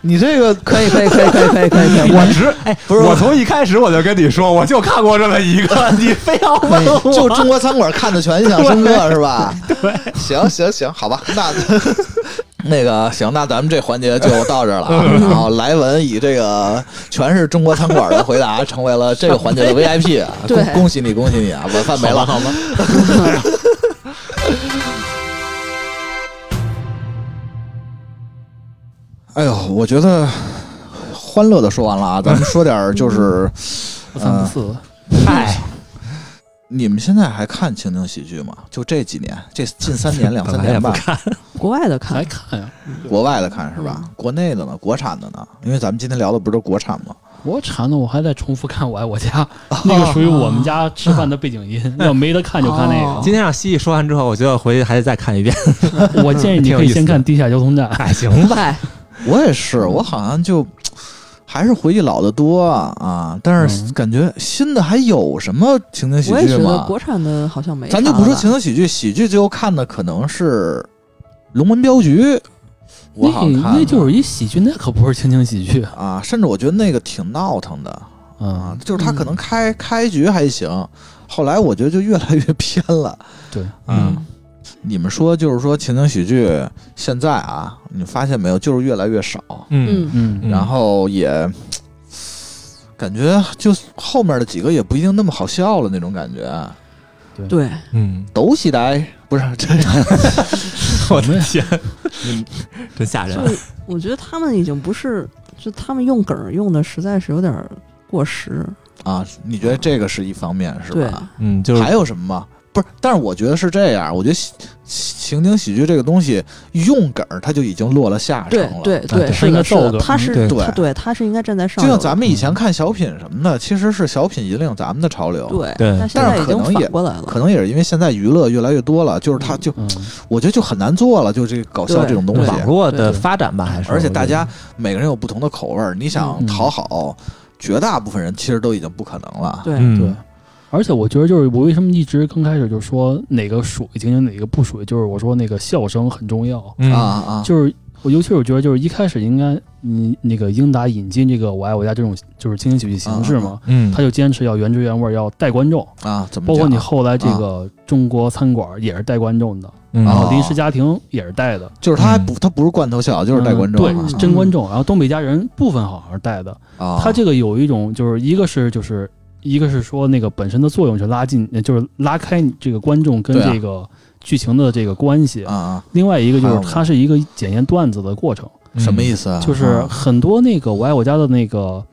S1: 你这个
S3: 可以，可以，可以，可以，可以，可以，可以，
S2: 我直哎，
S1: 不是
S2: 我从一开始我就跟你说，我就看过这么一个，你非要问我，
S1: (laughs) 就中国餐馆看的全像申哥是吧？对，行行行，好吧，那那个行，那咱们这环节就到这儿了 (laughs) 啊。然后莱文以这个全是中国餐馆的回答，成为了这个环节 (laughs) 的 VIP 啊，
S3: 对
S1: 恭恭喜你，恭喜你啊！晚饭没了，好吗？ (laughs) 哎呦，我觉得欢乐的说完了啊，咱们说点儿就是
S4: 三不四，
S2: 嗨，
S1: 你们现在还看情景喜剧吗？就这几年，这近三年、两三
S2: 本来也
S1: 年
S2: 不
S1: 吧，
S3: 国外的
S4: 还
S1: 哎
S3: 看，
S4: 看呀？
S3: 嗯
S1: 国外的看是吧？国内的呢？国产的呢？因为咱们今天聊的不是都国产吗？
S4: 我馋的我还在重复看《我爱我家》，那个属于我们家吃饭的背景音，要没得看就看那
S3: 哦
S2: (laughs) 今天让西西说完之后，我觉得回去还得再看一遍。
S4: 个。我建议你可以先看《地下交通站》，
S2: (laughs) 哎，行吧，
S3: 拜，
S1: 我也是，我好像就嗯还是回忆老的多啊啊，但是
S4: 嗯
S1: 感觉新的还有什么情景喜
S3: 我也
S1: 剧
S3: 觉得
S1: 吗？
S3: 国产的好像没啥
S1: 咱
S3: 了吧。
S1: 就不说情景喜剧，喜剧最后看的可能是《龙门镖局》，我
S4: 那
S1: 好像看
S4: 那就是一喜剧，那可不是情景喜剧
S1: 啊，甚至我觉得那个挺闹腾的啊
S4: 啊，。
S1: 就是他可能开、开局还行，后来我觉得就越来越偏了。
S4: 对，
S1: 嗯，你们说就是说情景喜剧现在啊，你发现没有，就是越来越少。
S2: 嗯，
S3: 嗯，
S4: 嗯，
S1: 然后也嘖感觉就后面的几个也不一定那么好笑了那种感觉。
S3: 对，
S2: 嗯，
S1: 都喜呆不是这 (laughs)
S2: 我
S4: 嗯
S2: 的天，真吓
S1: 嗯
S2: 人
S3: 就。我觉得他们已经不是，就他们用梗儿用的实在是有点儿过时，
S1: 啊？你觉得这个是一方面是
S3: 对
S1: 吧？
S2: 嗯，就是
S1: 还有什么吗？不是，但是我觉得是这样，我觉得喜情景喜剧这个东西用梗儿它就已经落了下乘
S3: 对
S1: 了。嗯
S3: 对
S4: 对
S3: 是
S4: 他应该
S3: 的，是的
S4: 逗哏
S3: 他是
S2: 嗯
S1: 对
S3: 他对，他是应该站在上
S1: 就
S3: 游的，
S1: 像咱们以前看小品什么的，其实是小品引领咱们的潮流。
S3: 对，
S2: 对
S3: 但现
S1: 但
S3: 在
S1: 是
S3: 已
S1: 可
S3: 经
S1: 能也
S3: 反过来了，
S1: 可能也是因为现在娱乐越来越多了，就是它就
S4: 嗯，
S1: 我觉得就很难做了，就这个搞笑
S3: 对
S1: 这种东西。
S2: 网络的
S3: 对
S2: 发展吧，还是
S1: 而且
S2: 我觉得
S1: 大家每个人有不同的口味儿，你想
S4: 嗯
S1: 讨好绝大部分人，其实都已经不可能了。
S3: 对，
S2: 嗯
S4: 对。而且我觉得，就是我为什么一直刚开始就说哪个属于情景，哪个不属于，就是我说那个笑声很重要。
S2: 嗯
S1: 啊啊！
S4: 就是我尤其是我觉得，就是一开始应该你那个英达引进这个《我爱我家》这种就是情景
S1: 啊
S4: 喜剧形式嘛，
S2: 嗯
S4: 他就坚持要原汁原味儿，要带观众。
S1: 啊，怎么
S4: 包
S1: 讲
S4: 括你后来这个中国餐馆也是带观众的，
S2: 嗯
S4: 然
S1: 啊
S4: 后临时家庭也是带的，
S1: 就是他还不他不是罐头笑，就是带观众啊
S4: 嗯
S1: 嘛
S4: 对，是真观众。然后东北家人部分好像是带的，
S1: 啊。
S4: 他这个有一种就是一个是就是一个是说那个本身的作用是拉近，呃就是拉开你这个观众跟
S1: 对啊
S4: 这个剧情的这个关系。
S1: 啊啊
S4: 另外一个就
S1: 还有
S4: 是
S1: 呢
S4: 它是一个检验段子的过程。
S1: 什么意
S2: 思？
S1: 思啊？
S4: 就是
S1: 啊
S4: 很多那个《我爱我家》的那个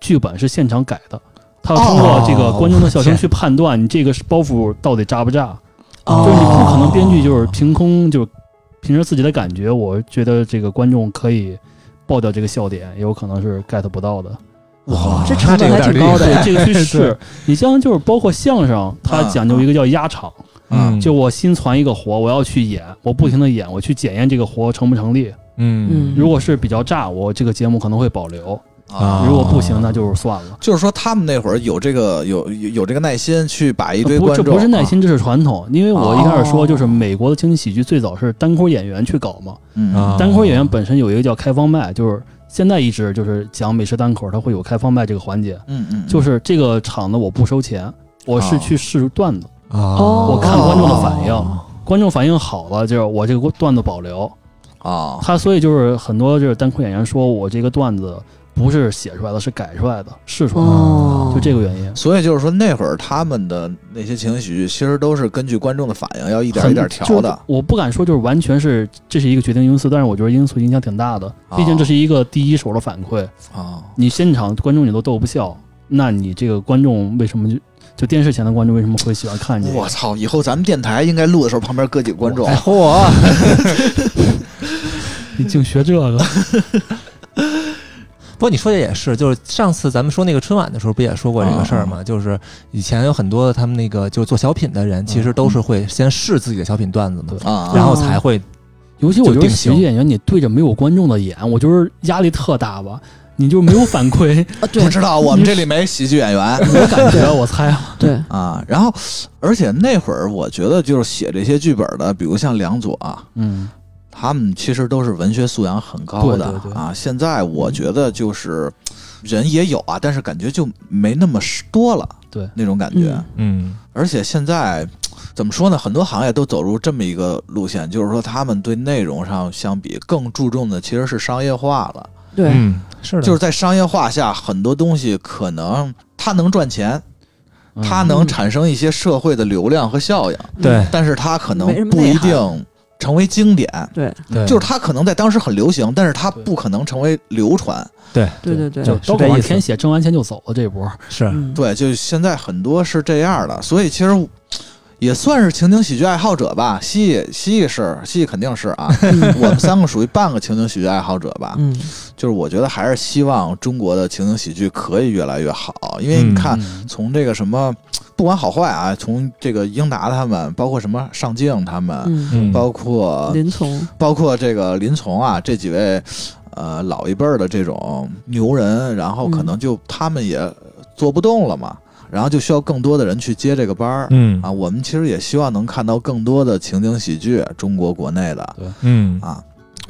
S4: 剧本是现场改的，他要通过这个观众的笑声去判断你这个包袱到底炸不炸，
S3: 哦
S4: 就是你不可能编剧就是凭空就是凭着自己的感觉，我觉得这个观众可以爆掉这个笑点，也有可能是 get 不到的。
S2: 哇，
S3: 这成本
S2: 有
S3: 还
S2: 点
S3: 挺高的
S2: 厉害
S4: 对，这个去试。你像就是包括相声，它
S1: 嗯
S4: 讲究一个叫压场，
S2: 啊
S1: 嗯
S4: 就我新传一个活，我要去演，我不停的演，我去检验这个活成不成立。
S2: 嗯
S4: 如果是比较炸，我这个节目可能会保留。
S1: 啊
S2: 啊
S4: 如果不行，那就是算了。
S1: 就是说他们那会儿有这个有有有这个耐心去把一堆
S4: 呃不，
S1: 观
S4: 这
S1: 众，啊
S4: 不是耐心，这是传统。因为我一开
S3: 哦
S4: 始说，就是美国的情景喜剧最早是单口演员去搞嘛。
S1: 嗯
S2: 啊
S4: 单口演员本身有一个叫开放麦，就是现在一直就是讲美式单口，它会有开放麦这个环节，
S1: 嗯嗯，
S4: 就是是这个场子我不收钱，我是去试段子，
S2: 哦
S4: 我看观众的反
S2: 哦
S4: 应，观众反应好了，就是我这个段子保留。
S1: 啊
S4: 他所以就是很多就是单口演员说我这个段子不是写出来的，是改出来的，试出来的，
S3: 哦，
S4: 就这个原因。
S1: 所以就是说，那会儿他们的那些情景喜剧，其实都是根据观众的反应，要一点
S4: 很
S1: 一点调
S4: 就
S1: 的
S4: 是。我不敢说就是完全是这是一个决定因素，但是我觉得因素影响挺大的
S1: 啊。
S4: 毕竟这是一个第一手的反馈，
S1: 啊
S4: 你现场观众你都逗不笑，那你这个观众为什么就就电视前的观众为什么会喜欢看这
S1: 我
S4: 个？
S1: 操！以后咱们电台应该录的时候，旁边搁几个观众
S2: 哎。嚯，
S4: (laughs) 你净学这个？
S2: 不过你说的也是，就是上次咱们说那个春晚的时候，不也说过这个事儿吗？就是以前有很多他们那个就是做小品的人，其实都是会先试自己的小品段子嘛，
S1: 啊，
S2: 然后才会
S4: 尤其我觉
S2: 就
S4: 得
S2: 定
S4: 喜
S2: 型
S4: 剧演员你对着没有观众的演，我就是压力特大吧。你就没有反馈，
S3: 啊对
S1: 不知道我们这里没喜剧演员
S4: 没有感觉，我猜啊。
S3: 对，
S1: 啊。然后，而且那会儿我觉得就是写这些剧本的，比如像梁左啊，
S4: 嗯，
S1: 他们其实都是文学素养很高的
S4: 对对对
S1: 啊。现在我觉得就是人也有啊，但是感觉就没那么多了，
S4: 对
S1: 那种感觉。
S3: 嗯
S2: 嗯
S1: 而且现在怎么说呢？很多行业都走入这么一个路线，就是说他们对内容上相比更注重的其实是商业化了。
S3: 对，
S2: 嗯是的，
S1: 就是在商业化下，很多东西可能它能赚钱，
S4: 嗯
S1: 它能产生一些社会的流量和效应，
S3: 嗯
S2: 对
S1: 但是它可
S3: 没什
S1: 能
S3: 么
S1: 不
S3: 内
S1: 一
S3: 涵
S1: 定成为经典。
S3: 对，
S2: 对，
S1: 就是它可能在当时很流行，但是它
S4: 对
S1: 不可能成为流传。
S2: 对
S3: 对对对
S4: 就是刀口
S2: 这意
S4: 上
S2: 思
S4: 填写，挣完钱就走了这波。
S2: 是
S3: 嗯，
S1: 对，就现在很多是这样的，所以其实也算是情景喜剧爱好者吧。西西西是西西肯定是啊，我们三个属于半个情景喜剧爱好者吧。
S3: 嗯，
S1: 就是我觉得还是希望中国的情景喜剧可以越来越好，因为你看，
S4: 嗯
S1: 从这个什么，不管好坏啊，从这个英达他们，包括什么上镜他们，
S3: 嗯，
S2: 嗯，
S1: 包括
S3: 林从
S1: 包括这个林从啊，这几位呃老一辈儿的这种牛人，然后可能就、他们也做不动了嘛，然后就需要更多的人去接这个班儿、
S2: 嗯
S1: 啊。我们其实也希望能看到更多的情景喜剧，中国国内的
S2: 嗯，
S1: 啊，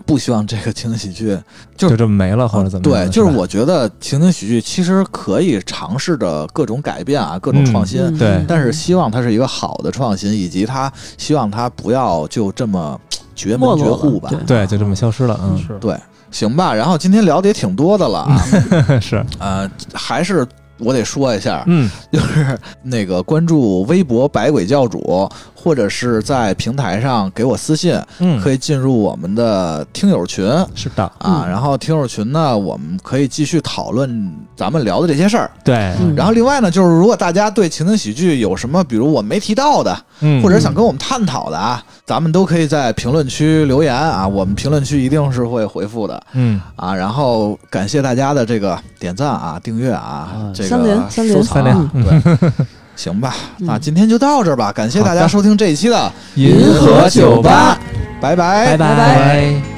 S1: 不希望这个情景喜剧
S3: 嗯
S2: 就这么没了或者怎么样
S1: 对，
S2: 的？
S1: 就是
S2: 吧
S1: 我觉得情景喜剧其实可以尝试着各种改变啊，各种创新，
S3: 嗯
S2: 对
S1: 但是希望它是一个好的创新，以及它希望它不要就这么绝门
S3: 没
S1: 绝
S3: 落了
S1: 户吧。
S3: 对
S2: 对，就这么消失了。嗯，
S4: 是
S1: 对行吧，然后今天聊的也挺多的了啊，
S2: 嗯 (laughs) 是，
S1: (laughs) 呃，还是我得说一下，
S2: 嗯，
S1: 就是那个关注微博“百鬼教主”，或者是在平台上给我私信，
S2: 嗯，
S1: 可以进入我们的听友群。
S2: 是的，
S1: 啊，
S3: 嗯
S1: 然后听友群呢，我们可以继续讨论咱们聊的这些事儿。
S2: 对，
S3: 嗯
S1: 然后另外呢，就是如果大家对情景喜剧有什么，比如我没提到的，
S2: 嗯，
S1: 或者想跟我们探讨的啊，咱们都可以在评论区留言啊，我们评论区一定是会回复的
S2: 嗯，
S1: 啊。然后感谢大家的这个点赞啊、订阅啊
S4: 啊，
S1: 这
S3: 三
S1: 个
S3: 连三连
S1: 收
S2: 三
S1: 藏
S2: 连
S1: 啊，对。行吧，那今天就到这儿吧，感谢大
S2: 好
S1: 家
S2: 的
S1: 收听这一期的，
S2: 银河酒吧，
S1: 拜拜
S2: 拜。